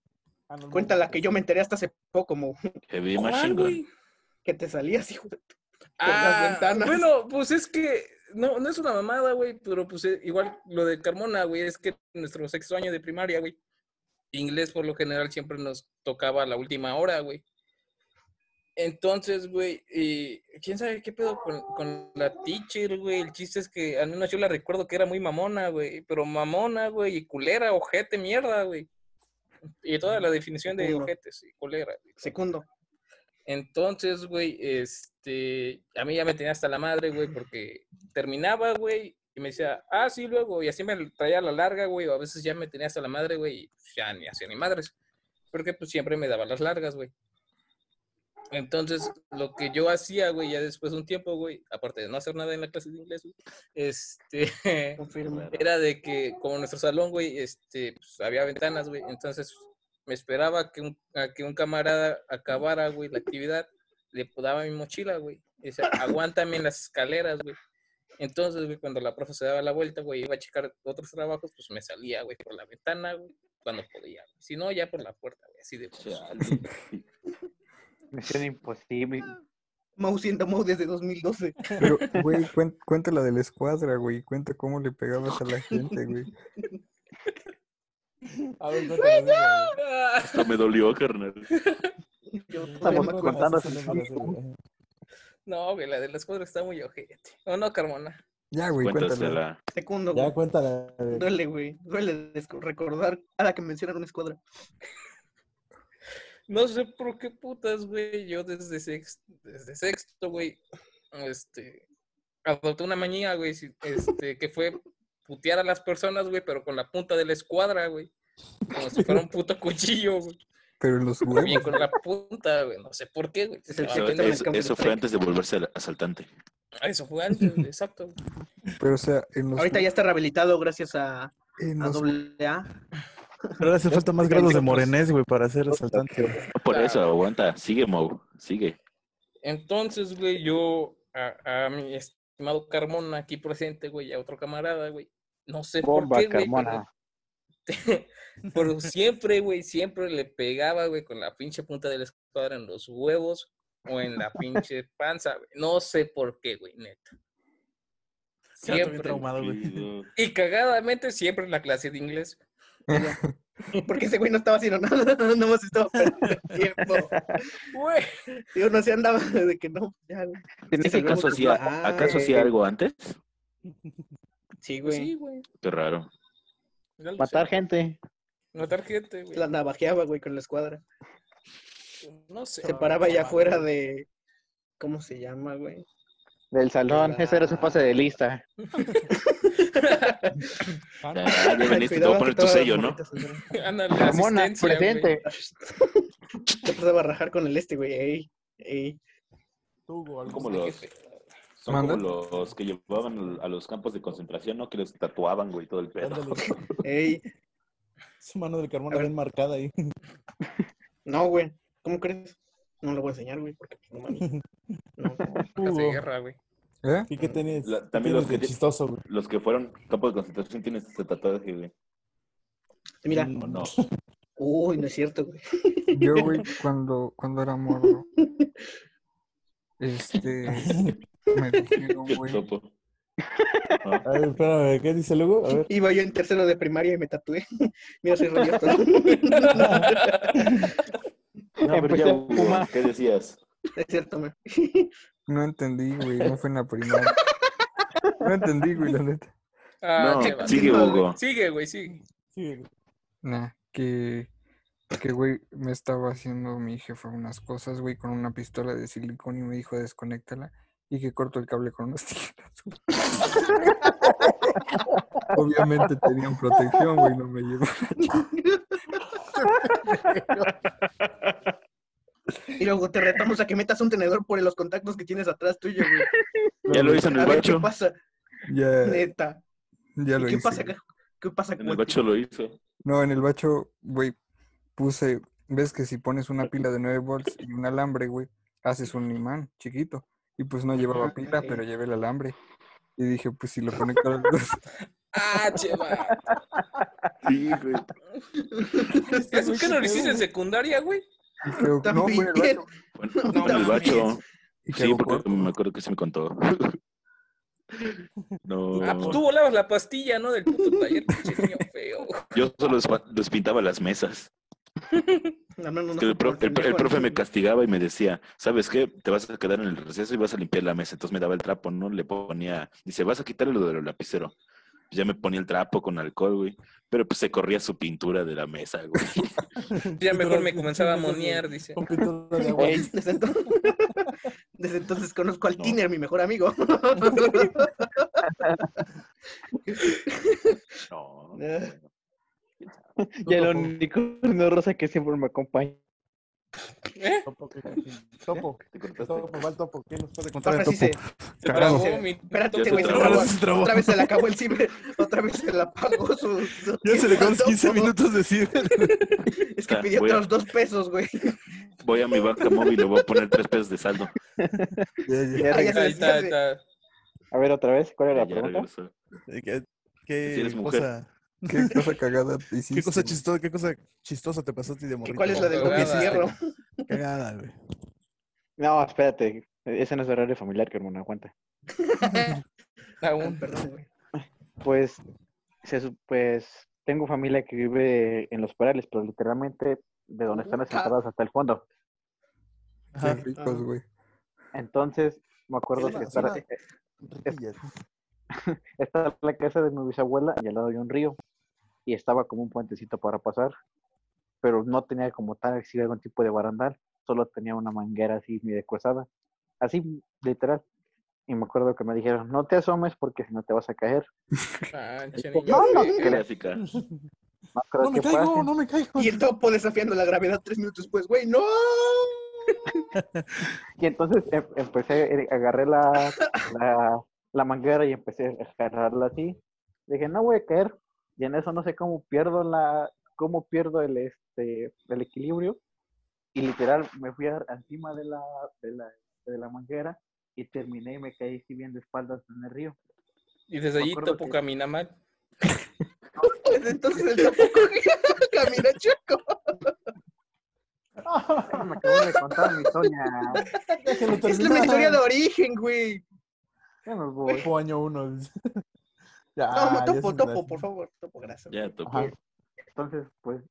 Speaker 9: Ah, no, no,
Speaker 3: Cuéntala
Speaker 9: güey.
Speaker 3: que yo me enteré hasta hace poco, como
Speaker 2: Heavy
Speaker 6: ¿Cuál,
Speaker 2: Machine Gun.
Speaker 6: güey?
Speaker 3: que te salías, hijo de tu- las
Speaker 6: Ah,
Speaker 3: ventanas.
Speaker 6: bueno, pues es que no, no es una mamada, güey, pero pues eh, igual lo de Carmona, güey, es que nuestro sexto año de primaria, güey, inglés por lo general siempre nos tocaba a la última hora, güey. Entonces, güey, y quién sabe qué pedo con, con la teacher, güey. El chiste es que al menos yo la recuerdo que era muy mamona, güey. Pero mamona, güey, y culera, ojete, mierda, güey. Y toda la definición de
Speaker 3: Uno.
Speaker 6: ojetes y culera. güey.
Speaker 3: Segundo.
Speaker 6: Entonces, güey, este, a mí ya me tenía hasta la madre, güey, porque terminaba, güey, y me decía, ah, sí, luego, y así me traía a la larga, güey, o a veces ya me tenía hasta la madre, güey, y pues, ya ni hacía ni madres, porque pues siempre me daba las largas, güey. Entonces, lo que yo hacía, güey, ya después de un tiempo, güey, aparte de no hacer nada en la clase de inglés, güey, este,
Speaker 3: Confirmo.
Speaker 6: era de que, como nuestro salón, güey, este, pues, había ventanas, güey. Entonces, me esperaba que un, a que un camarada acabara, güey, la actividad. Le daba mi mochila, güey. y Decía, aguántame en las escaleras, güey. Entonces, güey, cuando la profe se daba la vuelta, güey, iba a checar otros trabajos, pues me salía, güey, por la ventana, güey, cuando podía. güey. Si no, ya por la puerta, güey, así de... pues,
Speaker 2: Chale.
Speaker 4: Misión imposible.
Speaker 3: Mouse in the Mouse desde 2012.
Speaker 5: Pero, güey, cuen- cuenta la de la escuadra, güey. Cuenta cómo le pegabas a la gente, güey.
Speaker 1: A ver, cuéntame, güey.
Speaker 2: Hasta me dolió, carnal.
Speaker 3: Yo todavía
Speaker 4: Estamos
Speaker 3: me acuerdo.
Speaker 4: contando
Speaker 1: Así se le van a hacer, güey.
Speaker 6: No, güey, la de la escuadra está muy ojete. ¿O no, Carmona?
Speaker 5: Ya, güey, cuéntala.
Speaker 2: Cuéntasela.
Speaker 3: Segundo,
Speaker 1: Ya
Speaker 3: güey.
Speaker 1: cuéntala. güey.
Speaker 3: Duele, güey. Duele des- recordar a la que mencionaron una escuadra.
Speaker 6: No sé por qué putas, güey. Yo desde sexto, desde sexto, güey, este, adopté una manía, güey, si- este, que fue putear a las personas, güey, pero con la punta de la escuadra, güey. Como si fuera un puto cuchillo, güey.
Speaker 5: Pero en los huevos.
Speaker 6: Bien con la punta, güey. No sé por qué, güey.
Speaker 3: Es el
Speaker 6: Ah,
Speaker 2: Eso,
Speaker 3: que
Speaker 6: bueno,
Speaker 3: secreto.
Speaker 2: es-
Speaker 3: tenga el
Speaker 2: eso fue
Speaker 3: cambio.
Speaker 2: antes de volverse al- asaltante.
Speaker 6: Eso fue antes, güey, exacto. güey.
Speaker 5: Pero, o sea, en los,
Speaker 3: Ahorita ya está rehabilitado gracias a, a
Speaker 5: en los-
Speaker 3: AA.
Speaker 10: Pero hace falta más grados de morenés, güey, para ser asaltante. güey.
Speaker 2: No por
Speaker 6: Claro.
Speaker 2: eso, aguanta. Sigue, Mau. Sigue.
Speaker 6: Entonces, güey, yo a, a mi estimado Carmona aquí presente, güey, y a otro camarada, güey. No sé
Speaker 4: Bomba,
Speaker 6: por qué, güey. pero-
Speaker 4: Carmona.
Speaker 6: Pero este, siempre, güey, siempre le pegaba, güey, con la pinche punta de la escuadra en los huevos o en la pinche panza, güey. No sé por qué, güey, neta.
Speaker 10: Ya estoy bien
Speaker 6: Siempre. güey.
Speaker 10: traumado, güey.
Speaker 6: Y cagadamente siempre en la clase de inglés.
Speaker 3: Porque ese güey no estaba haciendo nada, nomás estaba perdiendo el tiempo.
Speaker 6: Güey,
Speaker 3: Digo, no se andaba de que no, ya, güey.
Speaker 4: Tienes
Speaker 3: Sí,
Speaker 4: el
Speaker 2: ¿Acaso
Speaker 3: Como-
Speaker 2: hacía,
Speaker 3: Ah,
Speaker 2: ¿acaso hacía
Speaker 3: eh.
Speaker 2: algo antes?
Speaker 3: Sí, güey.
Speaker 6: sí, güey.
Speaker 2: Qué raro.
Speaker 6: ya lo
Speaker 4: matar
Speaker 6: sé.
Speaker 4: gente.
Speaker 6: Matar gente, güey.
Speaker 3: La navajeaba, güey, con la escuadra.
Speaker 6: No sé.
Speaker 3: Se paraba allá afuera de. ¿Cómo se llama, güey?
Speaker 4: Del salón. Ese era su pase de lista.
Speaker 2: Ah, ya veniste, te
Speaker 3: Cuidaba
Speaker 2: voy a poner
Speaker 3: que todas
Speaker 2: tu
Speaker 3: las
Speaker 2: sello, ¿no?
Speaker 3: morritas salieran.
Speaker 6: Ándale,
Speaker 4: Carmona,
Speaker 6: asistencia,
Speaker 4: presente.
Speaker 6: güey.
Speaker 3: Te pasaba a rajar con el este, güey. Ey, ey.
Speaker 1: Tú, güey, algo
Speaker 2: ¿Cómo
Speaker 1: así.
Speaker 2: los, son
Speaker 5: ¿Manda?
Speaker 2: como los que llevaban a los campos de concentración, ¿no? Que les tatuaban, güey, todo el pedo.
Speaker 1: Ándale.
Speaker 3: Ey.
Speaker 1: Su mano del Carmona
Speaker 3: A ver.
Speaker 1: bien marcada ahí.
Speaker 3: No, güey. ¿Cómo crees? No lo voy a enseñar, güey, porque pues, no mames. No.
Speaker 6: Casa de guerra, güey.
Speaker 5: ¿Eh?
Speaker 1: ¿Y qué tienes?
Speaker 2: La-
Speaker 1: qué
Speaker 2: también los
Speaker 1: tienes de
Speaker 2: que-
Speaker 1: chistoso, güey.
Speaker 2: Los que fueron campos de concentración tienen ese tatuaje, güey.
Speaker 3: Mira.
Speaker 2: ¿O
Speaker 1: Mm,
Speaker 2: no?
Speaker 3: Uy, no es cierto, güey.
Speaker 5: Yo, güey, cuando, cuando era morro, este, me dijeron,
Speaker 2: Qué
Speaker 5: güey,
Speaker 2: topo. Ah,
Speaker 1: A ver, espérame, ¿qué dice luego? A ver.
Speaker 3: Iba yo en tercero de primaria y me tatué. Mira, soy rabioso.
Speaker 2: no, pero
Speaker 4: Empecé
Speaker 2: ya,
Speaker 4: a
Speaker 2: Hugo,
Speaker 4: fumar.
Speaker 2: ¿Qué decías?
Speaker 3: es cierto, güey.
Speaker 5: no entendí, güey, no fue en la primaria. No entendí, güey, la neta.
Speaker 6: Ah,
Speaker 2: no,
Speaker 6: qué va.
Speaker 2: sigue, Hugo.
Speaker 6: Sigue, güey, sigue.
Speaker 1: Sí, güey.
Speaker 5: Nah, que, que, güey, me estaba haciendo mi jefa unas cosas, güey, con una pistola de silicón y me dijo, desconéctala y que corto el cable con unas tijeras. güey. Obviamente tenían protección, güey, no me llevo.
Speaker 3: Y luego te retamos a que metas un tenedor por los contactos que tienes atrás tuyo, güey.
Speaker 2: Ya lo hizo en
Speaker 3: A
Speaker 2: el
Speaker 3: ver qué
Speaker 2: bacho.
Speaker 3: pasa,
Speaker 5: Ya,
Speaker 3: neta.
Speaker 5: ya
Speaker 3: ¿Y
Speaker 5: lo
Speaker 3: ¿Qué
Speaker 5: hice.
Speaker 3: pasa
Speaker 5: güey.
Speaker 3: acá? ¿Qué pasa
Speaker 2: En el
Speaker 3: güey?
Speaker 2: bacho lo hizo.
Speaker 5: No, en el bacho, güey, puse, ves que si pones una pila de 9 volts y un alambre, güey, haces un imán chiquito. Y pues no llevaba
Speaker 3: Ajá,
Speaker 5: pila,
Speaker 3: sí.
Speaker 5: pero llevé el alambre. Y dije, pues si lo conecto a las dos,
Speaker 6: Ah, che, va.
Speaker 2: Sí, güey.
Speaker 6: ¿Eso que no lo hiciste en secundaria, güey?
Speaker 5: y creo, no, fue en el
Speaker 3: También.
Speaker 5: bacho.
Speaker 2: Bueno,
Speaker 3: No
Speaker 2: en el bacho.
Speaker 3: mames.
Speaker 5: Y que
Speaker 2: Sí,
Speaker 5: hago
Speaker 2: porque
Speaker 5: corto.
Speaker 2: me acuerdo que se me contó. No.
Speaker 6: Ah, pues tú volabas la pastilla, ¿no? Del puto taller, pinche niño feo.
Speaker 2: Yo solo despa- despintaba las mesas.
Speaker 3: Al menos
Speaker 2: Es
Speaker 3: no
Speaker 2: que
Speaker 3: fue por
Speaker 2: el, pro- el- el
Speaker 3: pendejo,
Speaker 2: profe
Speaker 3: ¿no?
Speaker 2: me castigaba y me decía, ¿sabes qué? Te vas a quedar en el receso y vas a limpiar la mesa. Entonces me daba el trapo, ¿no? Le ponía, dice, vas a quitarle lo del lapicero. Ya me ponía el trapo con alcohol, güey. Pero pues se corría su pintura de la mesa, güey.
Speaker 11: Ya mejor me comenzaba a monear, dice.
Speaker 1: Con pintura de agua.
Speaker 3: Güey, Desde entonces, desde entonces conozco al
Speaker 2: No.
Speaker 3: Tiner, mi mejor amigo.
Speaker 2: No.
Speaker 3: Eh.
Speaker 4: Y el unicornio rosa que siempre me acompaña.
Speaker 11: ¿Eh?
Speaker 1: Topo, topo,
Speaker 2: Te cortaste.
Speaker 1: topo, va el topo. ¿Quién nos puede
Speaker 7: Contra
Speaker 1: contar?
Speaker 7: el
Speaker 3: Ahora sí
Speaker 7: topo.
Speaker 3: se.
Speaker 11: Se
Speaker 7: Carajo.
Speaker 11: trabó mi-
Speaker 3: Espérate,
Speaker 2: Ya se
Speaker 3: güey. se
Speaker 2: trabó.
Speaker 7: Ahora
Speaker 3: acabó-
Speaker 7: sí se trabó.
Speaker 3: Otra vez se le acabó el ciber. Otra vez se le apagó su. su
Speaker 7: Ya se le quedan
Speaker 3: tiempo.
Speaker 7: 15 minutos de ciber.
Speaker 3: Es que
Speaker 2: Ah,
Speaker 3: pidió
Speaker 2: voy a-
Speaker 3: otros dos pesos, güey.
Speaker 2: Voy a mi banca móvil y le voy a poner tres pesos de saldo.
Speaker 4: Ya
Speaker 5: Ya, ya.
Speaker 3: Ay,
Speaker 4: regresó.
Speaker 11: Ahí está, ahí está.
Speaker 4: A ver, otra vez, ¿cuál era
Speaker 2: Ah, Ya
Speaker 4: la pregunta?
Speaker 2: regresó.
Speaker 7: ¿Qué, qué
Speaker 2: Si eres mujer.
Speaker 7: cosa,
Speaker 5: ¿Qué cosa cagada hiciste?
Speaker 7: qué cosa
Speaker 5: güey?
Speaker 7: chistosa, qué cosa chistosa te pasaste de morrito?
Speaker 3: ¿Cuál es la del
Speaker 11: Lo que
Speaker 3: doble
Speaker 11: hiciste.
Speaker 3: entierro?
Speaker 7: Cagada, güey.
Speaker 4: No, espérate. Ese no es horario familiar, que hermano, aguanta.
Speaker 3: Ah,
Speaker 11: Aún.
Speaker 3: Perdón, güey.
Speaker 4: Pues, se su- pues, tengo familia que vive en los parales, pero literalmente de donde están las
Speaker 3: Puta.
Speaker 4: entradas hasta el fondo.
Speaker 5: Qué
Speaker 7: Ajá.
Speaker 3: Ah.
Speaker 5: ricos, güey.
Speaker 4: Entonces, me acuerdo
Speaker 5: Encima,
Speaker 4: que estaba,
Speaker 5: encima. Riquillas.
Speaker 4: estaba la casa de mi bisabuela y al lado había un río. Y estaba como un puentecito para pasar, pero no tenía como tal así algún tipo de barandal, solo tenía una manguera así medio cruzada, así literal. Y me acuerdo que me dijeron, no te asomes porque si no te vas a caer.
Speaker 11: Mancha,
Speaker 4: No,
Speaker 11: niño.
Speaker 4: no,
Speaker 2: Qué
Speaker 4: que le-
Speaker 2: gráfica.
Speaker 4: no creo
Speaker 5: No me
Speaker 4: que
Speaker 5: caigo,
Speaker 4: pasen.
Speaker 5: no me caigo.
Speaker 3: Y el topo desafiando la gravedad tres minutos después, güey. ¡No!
Speaker 4: Y entonces em- empecé, eh, agarré la, la, la manguera y empecé a agarrarla así. Dije, no voy a caer. Y en eso no sé cómo pierdo la, cómo pierdo el este el equilibrio. Y literal me fui a- encima de la, de la, de la manguera y terminé y me caí así bien de espaldas en el río.
Speaker 11: Y desde
Speaker 4: Me
Speaker 11: allí
Speaker 4: acuerdo
Speaker 11: Topo
Speaker 4: que-
Speaker 11: camina mal.
Speaker 3: Desde entonces el topo cogía, camina chueco.
Speaker 4: Me acabo de contar mi historia.
Speaker 1: Déjenlo
Speaker 3: Es la
Speaker 1: terminar.
Speaker 3: historia de origen, güey.
Speaker 4: Ya me voy.
Speaker 1: Topo año uno.
Speaker 3: Vamos,
Speaker 1: Ah, ya, ya
Speaker 3: topo,
Speaker 1: se me
Speaker 3: topo,
Speaker 1: da-
Speaker 3: por favor. Topo, gracias.
Speaker 2: Ya, topo.
Speaker 4: Ajá. Entonces, pues,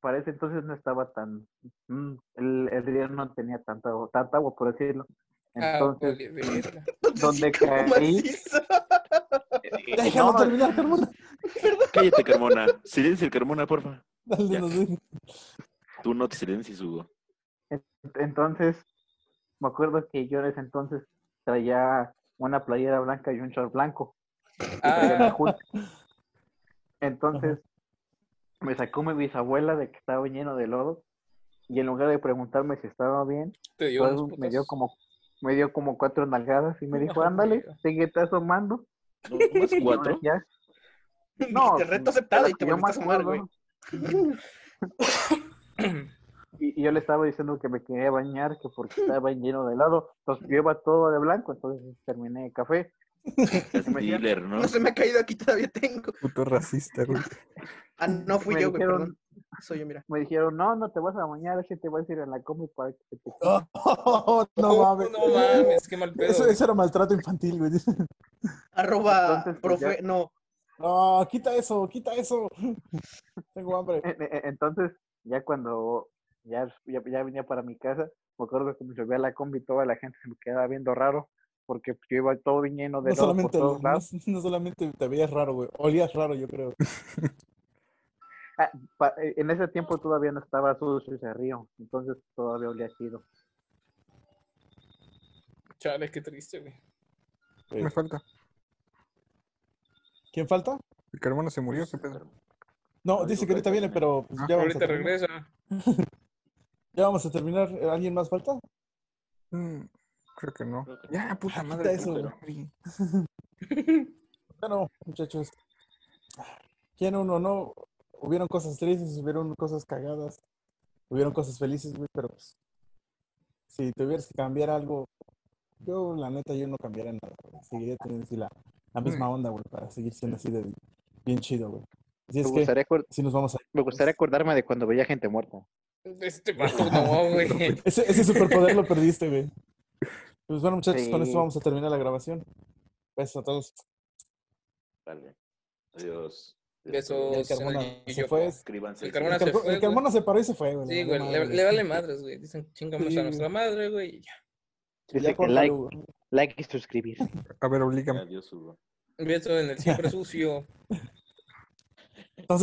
Speaker 4: para ese entonces no estaba tan, mm, el, el río no tenía tanta, agua- tanta agua, por decirlo.
Speaker 11: Ah,
Speaker 4: Entonces,
Speaker 11: vale, verga.
Speaker 3: Entonces,
Speaker 4: ¿Dónde
Speaker 3: sí, como
Speaker 4: caí?
Speaker 3: macizo.
Speaker 1: Déjalo
Speaker 4: no,
Speaker 1: terminar, Carmona.
Speaker 2: Cállate, Carmona. Silencio, Carmona, porfa.
Speaker 1: Dale,
Speaker 2: Ya.
Speaker 1: nos deja.
Speaker 2: Tú no te silencies, Hugo.
Speaker 4: entonces, me acuerdo que yo en ese entonces traía una playera blanca y un short blanco. y traía mi
Speaker 11: Ah,
Speaker 4: hood. Entonces, me sacó mi bisabuela de que estaba lleno de lodo y en lugar de preguntarme si estaba bien,
Speaker 11: te dio
Speaker 4: Fue
Speaker 11: unos
Speaker 4: un- me dio
Speaker 11: putazos.
Speaker 4: como me dio como cuatro nalgadas y me dijo,
Speaker 11: Ah,
Speaker 4: ándale,
Speaker 11: mira.
Speaker 4: te asomando.
Speaker 2: ¿No más
Speaker 4: Y yo le
Speaker 2: cuatro?
Speaker 4: decía,
Speaker 3: No, te reto aceptado y te
Speaker 4: pues, yo
Speaker 3: volviste a
Speaker 4: más
Speaker 3: sumar, güey.
Speaker 4: y, y yo le estaba diciendo que me quería bañar, que porque estaba lleno de helado. Entonces yo iba todo de blanco, entonces terminé de café.
Speaker 2: Es dealer, ¿no?
Speaker 3: No se me ha caído aquí, todavía tengo.
Speaker 5: Puto racista, güey.
Speaker 3: Ah, no fui
Speaker 4: me
Speaker 3: yo, güey,
Speaker 4: dijeron-
Speaker 3: perdón. Soy yo, mira.
Speaker 4: Me dijeron, no, no te vas a bañar, es que te vas a ir a la combi para que te quite".
Speaker 1: no
Speaker 11: Oh,
Speaker 1: mames.
Speaker 11: No mames, qué mal pedo.
Speaker 1: Eso, eso era maltrato infantil, güey.
Speaker 3: Arroba,
Speaker 4: Entonces, pues,
Speaker 3: profe,
Speaker 4: ya.
Speaker 3: no.
Speaker 1: No, quita eso, quita eso. Tengo hambre.
Speaker 4: E- e- e- Entonces, ya cuando ya, ya, ya venía para mi casa, me acuerdo que me subí a la combi y toda la gente se me quedaba viendo raro, porque pues, yo iba todo bien lleno de
Speaker 1: No
Speaker 4: lodo por
Speaker 1: solamente,
Speaker 4: todos
Speaker 1: no,
Speaker 4: lados.
Speaker 1: no solamente te veías raro, güey. Olías raro, yo creo.
Speaker 4: Pa- e- en ese tiempo todavía no estaba sucio ese río, entonces todavía olía chido.
Speaker 11: Chale, qué triste, güey.
Speaker 5: Me falta.
Speaker 1: Eh, ¿Quién falta?
Speaker 5: El carbono se murió, qué pedo.
Speaker 1: No,
Speaker 2: No,
Speaker 1: dice
Speaker 2: digo,
Speaker 1: que ahorita
Speaker 2: ahorita
Speaker 1: viene,
Speaker 2: viene.
Speaker 1: pero pues,
Speaker 5: Ah,
Speaker 1: ya, vamos a
Speaker 11: Ahorita
Speaker 1: terminar.
Speaker 11: regresa.
Speaker 1: ya vamos a terminar. ¿Alguien más falta?
Speaker 5: Mm, creo que no.
Speaker 2: Creo que
Speaker 5: Ya, puta
Speaker 1: quita
Speaker 5: madre.
Speaker 1: eso,
Speaker 5: tengo
Speaker 1: güey.
Speaker 5: hambre.
Speaker 1: Bueno, muchachos. ¿Quién uno no? Hubieron cosas tristes, hubieron cosas cagadas, hubieron cosas felices, güey, pero pues, si tuvieras que cambiar algo, yo la neta, yo no cambiaría nada, güey. Seguiría teniendo así la, la misma
Speaker 6: Mm.
Speaker 1: onda, güey, para seguir siendo así de bien chido, güey. Así
Speaker 4: Me
Speaker 1: es que,
Speaker 4: gustaría, acuer-
Speaker 1: si nos vamos a...
Speaker 4: me gustaría acordarme de cuando veía gente muerta.
Speaker 11: Este vato no, güey.
Speaker 1: Ese, ese superpoder lo perdiste, güey. Pues bueno, muchachos, con
Speaker 4: Sí.
Speaker 1: esto vamos a terminar la grabación. Besos a todos.
Speaker 2: Vale. Adiós.
Speaker 6: Besos.
Speaker 1: El Carmona
Speaker 6: en el
Speaker 1: se
Speaker 6: yoyo.
Speaker 1: fue.
Speaker 2: Escríbanse.
Speaker 6: El
Speaker 1: El,
Speaker 6: Carmona
Speaker 1: Carmo-
Speaker 6: se fue,
Speaker 1: el Carmona se paró y se fue, güey.
Speaker 6: Sí,
Speaker 1: no
Speaker 6: güey,
Speaker 1: mames.
Speaker 6: le, le vale madres, güey. Dicen, chingamos
Speaker 1: Sí,
Speaker 6: a
Speaker 1: güey.
Speaker 6: nuestra madre, güey. y ya.
Speaker 1: Ya
Speaker 4: Dice que
Speaker 1: córtalo,
Speaker 4: like,
Speaker 1: güey.
Speaker 4: like y suscribir.
Speaker 5: A ver, oblígame.
Speaker 2: Adiós, Hugo.
Speaker 6: Beso en el siempre sucio.
Speaker 1: Entonces,